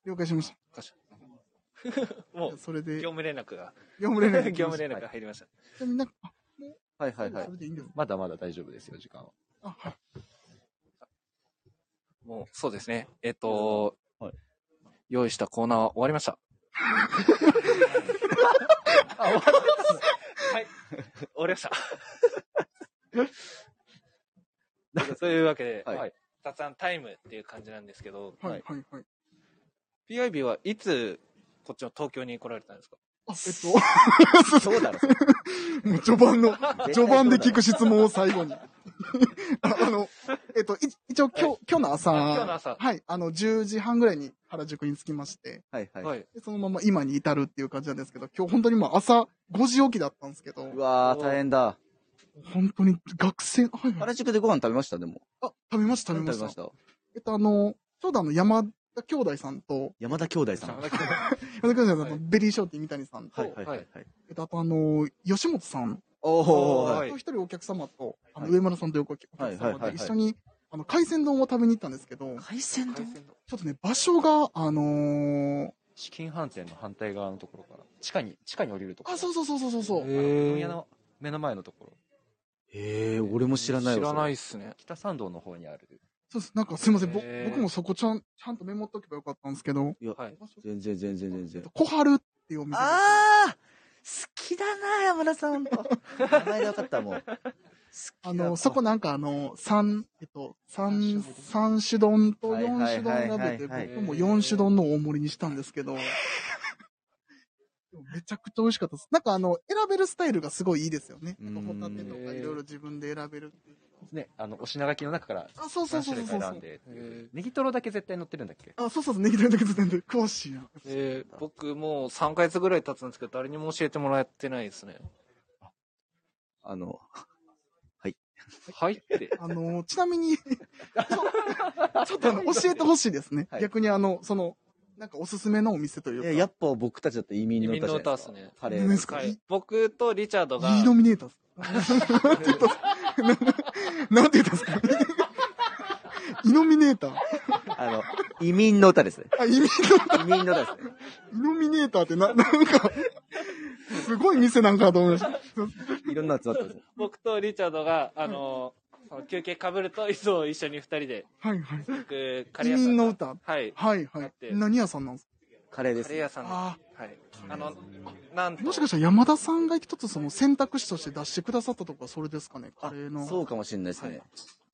[SPEAKER 4] 了解しました。
[SPEAKER 1] もう、
[SPEAKER 4] それで
[SPEAKER 1] 業、務連絡が、
[SPEAKER 4] 業務連 絡
[SPEAKER 1] 業務連絡が入りました。
[SPEAKER 4] 絡。みんな、あ、
[SPEAKER 5] はいはいはい
[SPEAKER 4] そ。れでいいんです
[SPEAKER 2] まだまだ大丈夫ですよ、時間は。
[SPEAKER 4] あ、はい。
[SPEAKER 1] もう、そうですね。えっと
[SPEAKER 5] はい、
[SPEAKER 1] 用意したコーナーは終わりました。はい。終わりました。というわけで、
[SPEAKER 5] はい
[SPEAKER 1] はい雑談タイムっていう感じなんですけど、
[SPEAKER 4] はい、はい、はい。
[SPEAKER 1] PIB はいつこっちの東京に来られたんですか
[SPEAKER 4] あ、えっ
[SPEAKER 5] そうだろ。
[SPEAKER 4] と、 もう序盤の、序盤で聞
[SPEAKER 5] く。
[SPEAKER 4] く質問を最後に。 ああの、えっと、い一応今日、今日の朝、
[SPEAKER 1] あ今日の朝
[SPEAKER 4] はい、あの、10時半ぐらいに原宿に着きまして、
[SPEAKER 5] はいはい。
[SPEAKER 1] はい。
[SPEAKER 4] でそのまま今に至るっていう感じなんですけど、今日本当にまあ朝5時起きだったんですけど、
[SPEAKER 5] うわー、大変だ。
[SPEAKER 4] 本当に学生、はい、はい。
[SPEAKER 5] 原宿でご飯食べましたでも。
[SPEAKER 4] あ、食べました、食べました。
[SPEAKER 5] た。
[SPEAKER 4] えっと、あの、ちょうどあの、山田兄弟さんと、
[SPEAKER 5] 山田兄弟さん。 はい
[SPEAKER 4] 山田兄弟さん
[SPEAKER 1] は
[SPEAKER 4] と
[SPEAKER 1] い
[SPEAKER 4] ベリーショーティー三谷さんと、
[SPEAKER 5] はいはいはい。
[SPEAKER 4] えっと、あとあの、吉本さん
[SPEAKER 5] おお
[SPEAKER 1] は
[SPEAKER 5] はいい。
[SPEAKER 4] と一人お客様と、あの
[SPEAKER 5] はい
[SPEAKER 4] 上村さんというお客様
[SPEAKER 5] はいはいはいは
[SPEAKER 4] で
[SPEAKER 5] い
[SPEAKER 4] 一緒に、あの、海鮮丼を食べに行ったんですけど、
[SPEAKER 5] 海鮮
[SPEAKER 1] 海
[SPEAKER 5] 丼
[SPEAKER 1] 鮮丼
[SPEAKER 4] ちょっとね、場所が、あのー
[SPEAKER 2] チキン飯店の反対側のところから、地下に、地下に降りるところ。
[SPEAKER 4] あ、そうそうそうそうそうそう。
[SPEAKER 2] あの
[SPEAKER 1] へー
[SPEAKER 2] 問屋の目の前のところ、
[SPEAKER 5] ええ、俺も知らない
[SPEAKER 1] 知
[SPEAKER 5] わ。。
[SPEAKER 1] らないいっすね。
[SPEAKER 2] 北参道の方にある。
[SPEAKER 4] そうです。なんかすいません、ぼ
[SPEAKER 1] へー
[SPEAKER 4] 僕もそこちゃん、ちゃんとメモっとけばよかったんですけど、
[SPEAKER 5] いや
[SPEAKER 1] はい、
[SPEAKER 5] 全然全然全然。
[SPEAKER 4] 小春っていうお店です
[SPEAKER 5] ああ好きだな、山田さん、ほんと。名前で分かった、もう。好
[SPEAKER 4] あ
[SPEAKER 5] きだ
[SPEAKER 4] の、そこなんかあの、三、えっと、三
[SPEAKER 1] 三種、
[SPEAKER 4] 三種丼と
[SPEAKER 5] はい
[SPEAKER 4] 四
[SPEAKER 5] はい
[SPEAKER 4] 種
[SPEAKER 5] はい
[SPEAKER 4] 丼鍋で、
[SPEAKER 5] はい
[SPEAKER 4] 僕も四種丼の大盛りにしたんですけ ど、でもめちゃくちゃ美味しかったです。なんかあの、選べるスタイルがすごいいいですよね。
[SPEAKER 5] うん
[SPEAKER 4] なんかホタテとかいろいろ自分で選べるっていう。
[SPEAKER 2] ね、あの、お品書きの中から
[SPEAKER 4] あ、そうそう
[SPEAKER 2] 何
[SPEAKER 4] そう
[SPEAKER 2] 種類
[SPEAKER 4] そう
[SPEAKER 2] か
[SPEAKER 4] そう。
[SPEAKER 2] 選んで。ネギトロだけ絶対乗ってるんだっけ
[SPEAKER 4] あ、そうそうそう、ネギ取りだけ全然詳しいな。
[SPEAKER 1] えー僕もう3ヶ月ぐらい経つんですけど、誰にも教えてもらってないですね。
[SPEAKER 5] あの、
[SPEAKER 1] はいって。
[SPEAKER 4] あの、ちなみに、ちょちょっとあの教えてほしいですね。
[SPEAKER 5] はい
[SPEAKER 4] 逆にあの、その、なんかおすすめのお店という
[SPEAKER 5] い
[SPEAKER 4] か。
[SPEAKER 5] ややっぱ僕たちだって移民の歌じ
[SPEAKER 1] 移民
[SPEAKER 5] ゃない
[SPEAKER 1] の歌
[SPEAKER 5] で
[SPEAKER 1] っす
[SPEAKER 5] すか。
[SPEAKER 1] ね
[SPEAKER 5] カレ
[SPEAKER 4] 移民です
[SPEAKER 5] ー。
[SPEAKER 4] か
[SPEAKER 1] はい。僕とリチャードが、
[SPEAKER 4] リーノミネーターっすかちょっと、ななんて言ったんですかイノミネーター
[SPEAKER 5] あの、移民の歌ですね。
[SPEAKER 4] あ、イミノ、
[SPEAKER 5] 移民の歌ですね。
[SPEAKER 4] イノミネーターってな、なんか、すごい店なんかと思いました。
[SPEAKER 5] いろんな集まってますね。
[SPEAKER 1] 僕とリチャードが、あのーその休憩かぶると、いつも一緒に2人で、
[SPEAKER 4] はいはい。
[SPEAKER 1] 僕、カ
[SPEAKER 4] 移
[SPEAKER 1] レー屋さ
[SPEAKER 4] 民
[SPEAKER 1] んが
[SPEAKER 4] の歌。
[SPEAKER 1] はい。カ
[SPEAKER 4] はい
[SPEAKER 1] だ
[SPEAKER 4] は
[SPEAKER 1] っ
[SPEAKER 4] い。
[SPEAKER 1] て
[SPEAKER 4] 何屋さんなんですか
[SPEAKER 5] カレー
[SPEAKER 1] レ
[SPEAKER 5] です
[SPEAKER 1] ー
[SPEAKER 5] ね。
[SPEAKER 1] 屋さんが。は
[SPEAKER 4] あ
[SPEAKER 1] い。あの、なん
[SPEAKER 4] あ。
[SPEAKER 1] と、
[SPEAKER 4] もしかしたら山田さんが一つその選択肢として出してくださったとこはそれですかねカ
[SPEAKER 5] あ
[SPEAKER 4] レーの。
[SPEAKER 5] そうかもしれないです
[SPEAKER 1] は
[SPEAKER 5] ね
[SPEAKER 1] い。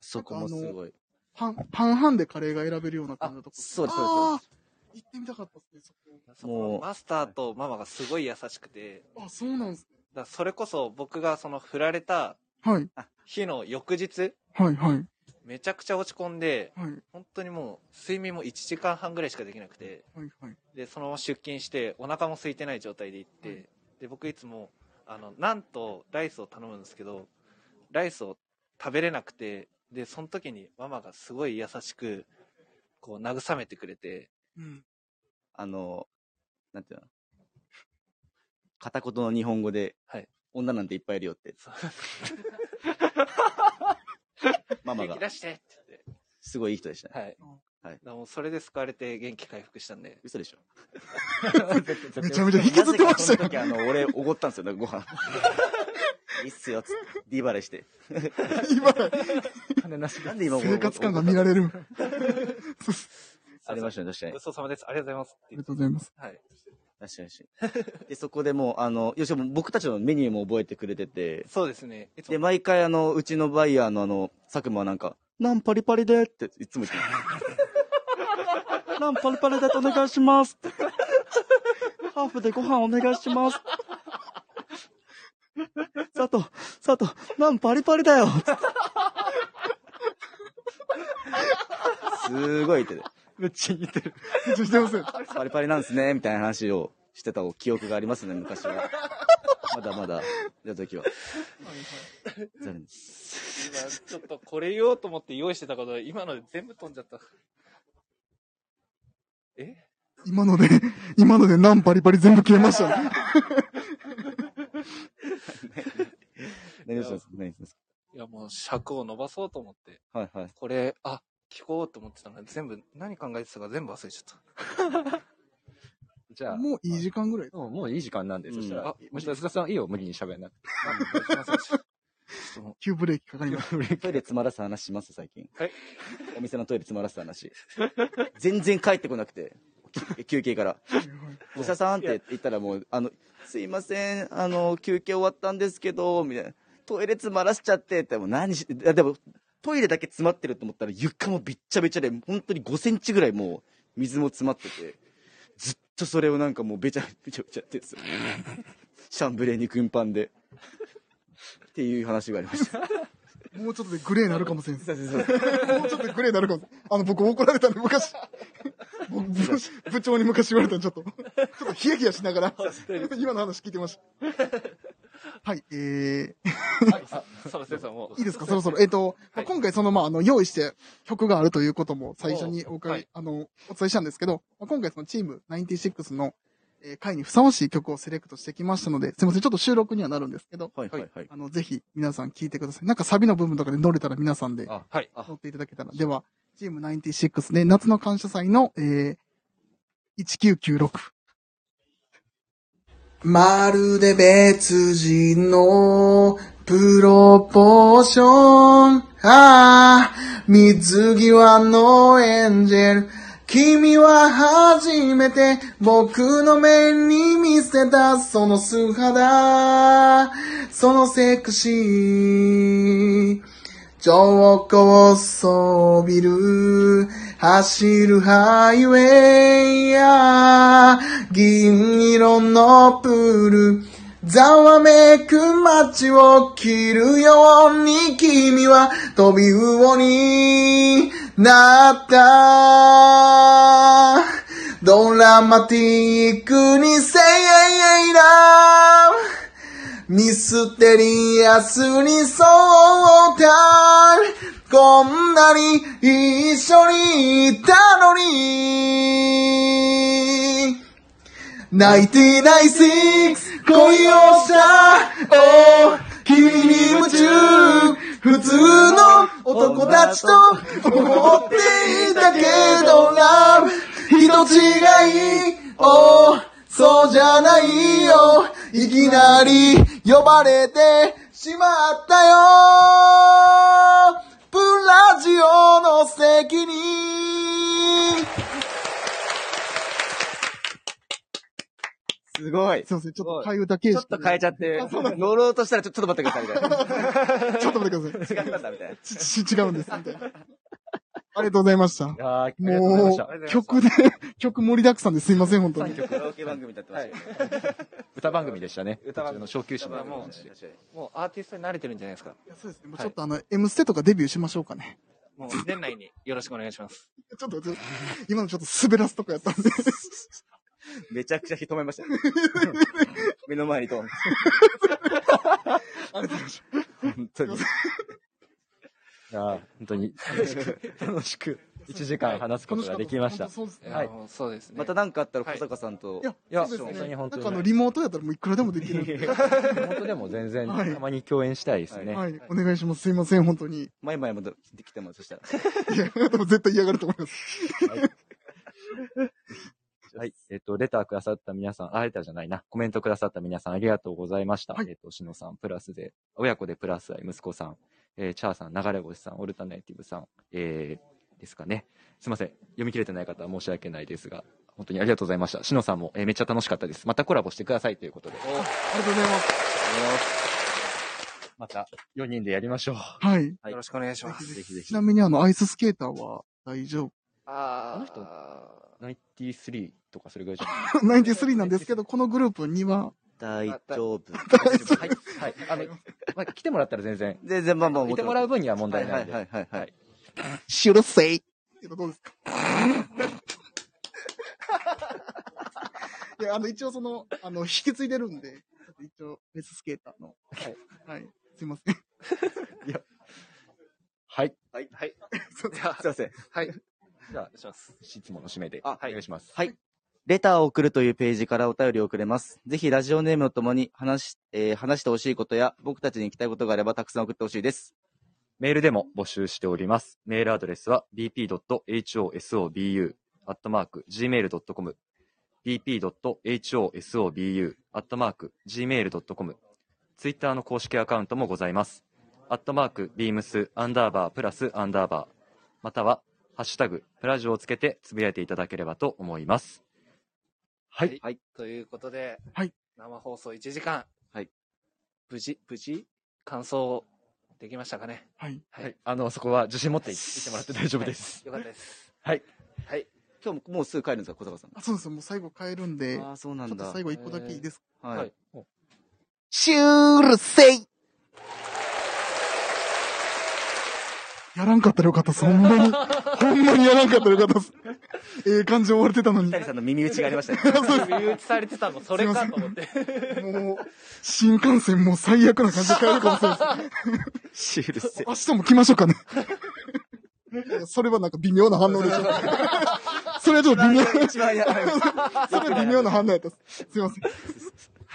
[SPEAKER 5] そこもすごい。
[SPEAKER 4] パン、パン半でカレーが選べるような感じのとこ。
[SPEAKER 5] あそうです
[SPEAKER 4] あー行ってみたかったですね、
[SPEAKER 1] そこ
[SPEAKER 5] もう
[SPEAKER 1] マスターとママがすごい優しくて、
[SPEAKER 4] そこ。あ、そうなんですね。
[SPEAKER 1] だからそれこそ僕がその振られた
[SPEAKER 4] はい。
[SPEAKER 1] 日の翌日、
[SPEAKER 4] はいはい。
[SPEAKER 1] めちゃくちゃ落ち込んで、
[SPEAKER 4] はい
[SPEAKER 1] 本当にもう睡眠も1時間半ぐらいしかできなくて、
[SPEAKER 4] はいはい。
[SPEAKER 1] でそのまま出勤してお腹も空いてない状態で行って、
[SPEAKER 4] はい
[SPEAKER 1] で僕いつもあのなんとライスを頼むんですけどライスを食べれなくてでその時にママがすごい優しくこう慰めてくれて
[SPEAKER 4] うん。
[SPEAKER 5] あの、なんていうの片言の日本語で
[SPEAKER 1] はい、
[SPEAKER 5] 女なんていっぱいいるよって
[SPEAKER 1] そう。
[SPEAKER 5] ママ
[SPEAKER 1] 元
[SPEAKER 5] が
[SPEAKER 1] 気、出してって言って
[SPEAKER 5] すごいいい人でしたね。
[SPEAKER 1] はい、
[SPEAKER 5] はい
[SPEAKER 1] だからもうそれで救われて元気回復したんで
[SPEAKER 5] 嘘でしょ
[SPEAKER 4] めちゃめちゃ引きずってま
[SPEAKER 5] なぜ
[SPEAKER 4] したよ
[SPEAKER 5] かその時あの、俺、おごったんですよ、ね、ご飯。 いいっすよ、つって。ディバレ して。
[SPEAKER 4] 今、
[SPEAKER 2] 金なし
[SPEAKER 5] なんで今
[SPEAKER 4] 生活感が見ら
[SPEAKER 5] る。
[SPEAKER 4] れる。
[SPEAKER 5] ありましたね、確かに
[SPEAKER 1] ごち。そうさまですありがとうございますっ
[SPEAKER 4] あ
[SPEAKER 1] て言
[SPEAKER 4] り
[SPEAKER 1] っ
[SPEAKER 4] が
[SPEAKER 1] て
[SPEAKER 4] とうございます。
[SPEAKER 1] はい
[SPEAKER 5] 確かに確かに。で、そこでもう、あの、よしもう僕たちのメニューも覚えてくれてて、
[SPEAKER 1] そうですねいつ
[SPEAKER 5] で、
[SPEAKER 1] も
[SPEAKER 5] 毎回あの、うちのバイヤーのあの、佐久間はなんか、ナンパリパリでっていつも言ってる。ナンパリパリでお願いしますって。ハーフでご飯お願いします。佐藤、佐藤、ナンパリパリだよってすごい言ってて、
[SPEAKER 2] めっちゃ似てる。
[SPEAKER 4] 緊張してます。
[SPEAKER 5] パリパリなんですね、みたいな話をしてた記憶がありますね、昔は。まだまだ、やった時は。残念です。
[SPEAKER 1] 今ちょっとこれ言おうと思って用意してたことが今ので全部飛んじゃったえ
[SPEAKER 4] 今ので、今ので何パリパリ全部消えましたね。
[SPEAKER 5] 何をしたんですか何をしたんです
[SPEAKER 1] いやもう尺を伸ばそうと思って
[SPEAKER 5] かはいはい。
[SPEAKER 1] これ、あ、聞こうと思ってたのが全部、何考えてたか全部忘れちゃっ
[SPEAKER 2] じゃあ、
[SPEAKER 4] もういい時間ぐらい。
[SPEAKER 2] もうもういい時間なんで、
[SPEAKER 5] うん
[SPEAKER 2] そした
[SPEAKER 1] あ
[SPEAKER 2] ら、もし安田さん、いいよ、無理に喋んなくて。
[SPEAKER 1] た。あすいませんちょっとも
[SPEAKER 4] 急ブレーキかかりまし
[SPEAKER 5] トイレ詰まらす話します最近。
[SPEAKER 1] はい
[SPEAKER 5] お店のトイレ詰まらす話。全然帰ってこなくて。き 休憩から。
[SPEAKER 4] た。
[SPEAKER 5] お医者さんって言ったらもう、あの、すいません、あの、休憩終わったんですけど、みたいな。トイレ詰まらしちゃってって、もう何し、いやでも、トイレだけ詰まってると思ったら床もびっちゃべちゃで、本当に5センチぐらいもう水も詰まってて、ずっとそれをなんかもうべちゃべちゃべちゃって やつ。シャンブレーに軍パンで。っていう話がありました。
[SPEAKER 4] もうちょっとでグレーなるかもしれないもうちょっとグレーなるかもしれないあの、僕怒られたんで昔、僕部部長に昔言われたんで、ちょっと、ちょっとヒヤヒヤしながら、今の話聞いてました。はい、えー、
[SPEAKER 2] そうですね、そうも
[SPEAKER 4] いいですか、そろそろ。えっ、と、まあ今回その、まあ、あの、用意して曲があるということも最初にお伺い、
[SPEAKER 2] はい
[SPEAKER 4] あの、お伝えしたんですけど、まあ、今回そのチーム96の、えー回にふさわしい曲をセレクトしてきましたので、すいません、ちょっと収録にはなるんですけど、
[SPEAKER 5] はいはいはい。
[SPEAKER 4] あの、ぜひ皆さん聴いてください。なんかサビの部分とかで乗れたら皆さんで
[SPEAKER 2] あはい。
[SPEAKER 4] 乗っていただけたら。では、チーム96で夏の感謝祭の、えー、1996。まるで別人のプロポーション。ああ、水際のエンジェル。君は初めて僕の目に見せたその素肌、そのセクシー。上高をそびる、走るハイウェイや、銀色のプール、ざわめく街を切るように君は飛び魚になった。ドラマティックにせいなミステリアスに相談こんなに一緒にいたのに泣いてないシックス恋をしたお君に夢中普通の男たちと思っていたけどラブ人違いおそうじゃないよいきなり呼ばれてしまったよプラジオの責任
[SPEAKER 5] すごい。
[SPEAKER 4] すいません、ちょっと替え歌形式
[SPEAKER 5] ちょっと変えちゃって、乗ろうとしたらちょちょっと待ってくださいみたいな。
[SPEAKER 4] ちょっと待ってください。
[SPEAKER 5] 違ったんだみたいな。
[SPEAKER 4] ちち違うんです。みたいなありがとうございました。
[SPEAKER 2] あありがとうございま
[SPEAKER 4] も
[SPEAKER 2] した。
[SPEAKER 4] う、曲で、 曲盛りだくさんですいません、本当に。
[SPEAKER 5] カラオケ番組になってましたよね。
[SPEAKER 2] 歌番組でしたね。
[SPEAKER 1] 歌番組
[SPEAKER 2] うちの小休止
[SPEAKER 1] は
[SPEAKER 2] の
[SPEAKER 1] もう
[SPEAKER 5] 確かに
[SPEAKER 1] もうアーティストに慣れてるんじゃないですか。
[SPEAKER 4] そうですね。もうちょっとあの、M ステとかデビューしましょうかね。
[SPEAKER 1] も う年内によろしくお願いします。
[SPEAKER 4] ちょっと、ちょっと今のちょっと滑らすとこやった んで。
[SPEAKER 5] めちゃくちゃ人止めましたね。目の前にと。本当に。
[SPEAKER 2] いやー本当に楽しく、楽しく、1時間話すことができました。
[SPEAKER 4] 楽かったです本当そうですね。
[SPEAKER 2] はい
[SPEAKER 1] いやもうそうですね。
[SPEAKER 5] また何かあったら
[SPEAKER 1] はい
[SPEAKER 5] 小坂さんと
[SPEAKER 4] いや、
[SPEAKER 2] いや、
[SPEAKER 4] そう
[SPEAKER 2] 本
[SPEAKER 4] です
[SPEAKER 2] 当に
[SPEAKER 4] ね。
[SPEAKER 2] 本
[SPEAKER 4] なん
[SPEAKER 2] 当
[SPEAKER 4] かあの、
[SPEAKER 2] に。
[SPEAKER 4] リモートやったらもういくらでもできるんで。
[SPEAKER 2] 本当でも全然、
[SPEAKER 4] はい
[SPEAKER 2] たまに共演したいですね。
[SPEAKER 4] はい。お願いします。すいません、本当に。
[SPEAKER 5] 前々もできてもそしたら。
[SPEAKER 4] いや、 でも絶対嫌がると思います。
[SPEAKER 2] はい。えっ、と、レターくださった皆さん、あ、レターじゃないな。コメントくださった皆さん、ありがとうございました。
[SPEAKER 4] はい
[SPEAKER 2] えっ、と、しのさん、プラスで、親子でプラス愛、息子さん、えーチャーさん、流れ星さん、オルタナイティブさん、えーですかね。すいません。読み切れてない方は申し訳ないですが、本当にありがとうございました。しのさんも、えーめっちゃ楽しかったです。またコラボしてくださいということで、
[SPEAKER 4] ありがとうございます。
[SPEAKER 2] また4人でやりましょう。
[SPEAKER 4] はい。
[SPEAKER 1] よろしくお願いします。
[SPEAKER 2] ぜひぜひ
[SPEAKER 4] ち。なみにあの、アイススケーターは大丈夫。
[SPEAKER 1] あ
[SPEAKER 2] の
[SPEAKER 1] の
[SPEAKER 2] 人
[SPEAKER 1] 人
[SPEAKER 2] 93とかそれぐらいじゃない
[SPEAKER 4] 93なんですけど、このグループには、
[SPEAKER 5] 大丈夫。
[SPEAKER 2] はい。はい。あの、まあ、来てもらったら全然。
[SPEAKER 5] 全然まあまあ
[SPEAKER 2] いてもらう分には問
[SPEAKER 5] は
[SPEAKER 2] 題
[SPEAKER 5] い
[SPEAKER 2] な
[SPEAKER 5] はいい
[SPEAKER 2] んで。
[SPEAKER 5] はいはいは
[SPEAKER 2] はいい。
[SPEAKER 4] シュルセイっていうのどうですか いや、あの、一応その、あの、引き継いでるんで、ちょっと一応、レーススケーターの。はい。すいません。
[SPEAKER 2] はい。
[SPEAKER 5] はい。 はい。
[SPEAKER 4] すいません
[SPEAKER 5] すいません。
[SPEAKER 2] じゃ
[SPEAKER 1] お願
[SPEAKER 2] あ、
[SPEAKER 1] いします。
[SPEAKER 2] 質問の締めで。
[SPEAKER 5] あはい
[SPEAKER 2] お願いします。
[SPEAKER 5] はい。レターを送るというページからお便りをくれます。ぜひラジオネームとともに話し、えー話してほしいことや僕たちに聞きたいことがあればたくさん送ってほしいです。
[SPEAKER 2] メールでも募集しております。メールアドレスは bp.hosobu.gmail.com bp.hosobu.gmail.com ツイッターの公式アカウントもございます。アットマーク、ビームス、アンダーバー、プラス、アンダーバー。または、ハッシュタグ、プラジオをつけてつぶやいていただければと思います。はい。
[SPEAKER 5] はい
[SPEAKER 1] ということで、
[SPEAKER 4] はい
[SPEAKER 1] 生放送1時間、
[SPEAKER 5] はい
[SPEAKER 1] 無事、無事、感想をできましたかね。
[SPEAKER 4] はい。
[SPEAKER 2] はい。あの、そこは自信持 っていってもらって大丈夫です。
[SPEAKER 1] よかった です。
[SPEAKER 5] 今日ももうすぐ帰るんですか、小坂さん。
[SPEAKER 4] あそうですよ。もう最後変えるんで、ち
[SPEAKER 5] ああ、そうな
[SPEAKER 4] ょっ
[SPEAKER 5] ん
[SPEAKER 4] と
[SPEAKER 5] だ。
[SPEAKER 4] 最後一個だけいいですか
[SPEAKER 5] はい。
[SPEAKER 2] はい。
[SPEAKER 3] シュールセイ
[SPEAKER 4] やらんかったらよかったです。ほんまに。 ほんまにやらんかったらよかったです。ええ感じで終われてたのに。
[SPEAKER 5] 谷さんの耳打ちがありましたね。
[SPEAKER 1] 身打ちされてたの、それかと思って。
[SPEAKER 4] もう、新幹線もう最悪な感じで帰るかもしれない
[SPEAKER 5] シール
[SPEAKER 4] で
[SPEAKER 5] せ
[SPEAKER 4] す。。 明日も来ましょうかね。それはなんか微妙な反応で しょ。それはちょっと微妙な、
[SPEAKER 5] 一番やば い。
[SPEAKER 4] それは微妙な反応やったっす。すいません。
[SPEAKER 1] は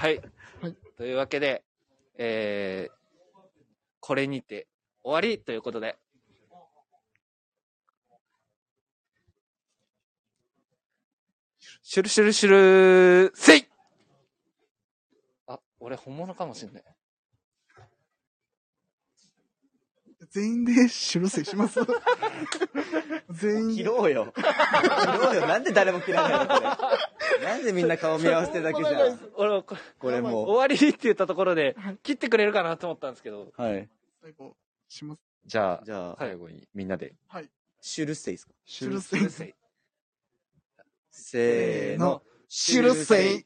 [SPEAKER 1] い
[SPEAKER 4] はい。
[SPEAKER 1] というわけで、えー、これにて終わりということで。シュルシュルシュルせいあ、俺本物かもしんない。
[SPEAKER 4] 全員で修正し ます。全員
[SPEAKER 5] 切
[SPEAKER 4] で。
[SPEAKER 5] ろうよ。切ろうよ。なんで誰も切らないのこれ。なんでみんな顔見合わせてるだけじゃん。
[SPEAKER 1] 俺、これ
[SPEAKER 5] これも
[SPEAKER 1] 終わりって言ったところで、切ってくれるかなと思ったんですけど。
[SPEAKER 5] う。はい。
[SPEAKER 4] 最後、します。
[SPEAKER 2] じゃあ、
[SPEAKER 5] じゃあ、
[SPEAKER 2] 最後にみんなで。
[SPEAKER 5] シュルセイですか
[SPEAKER 2] シ
[SPEAKER 4] 修
[SPEAKER 2] ュル
[SPEAKER 4] 正。
[SPEAKER 1] せい
[SPEAKER 5] せーの。
[SPEAKER 4] 修正。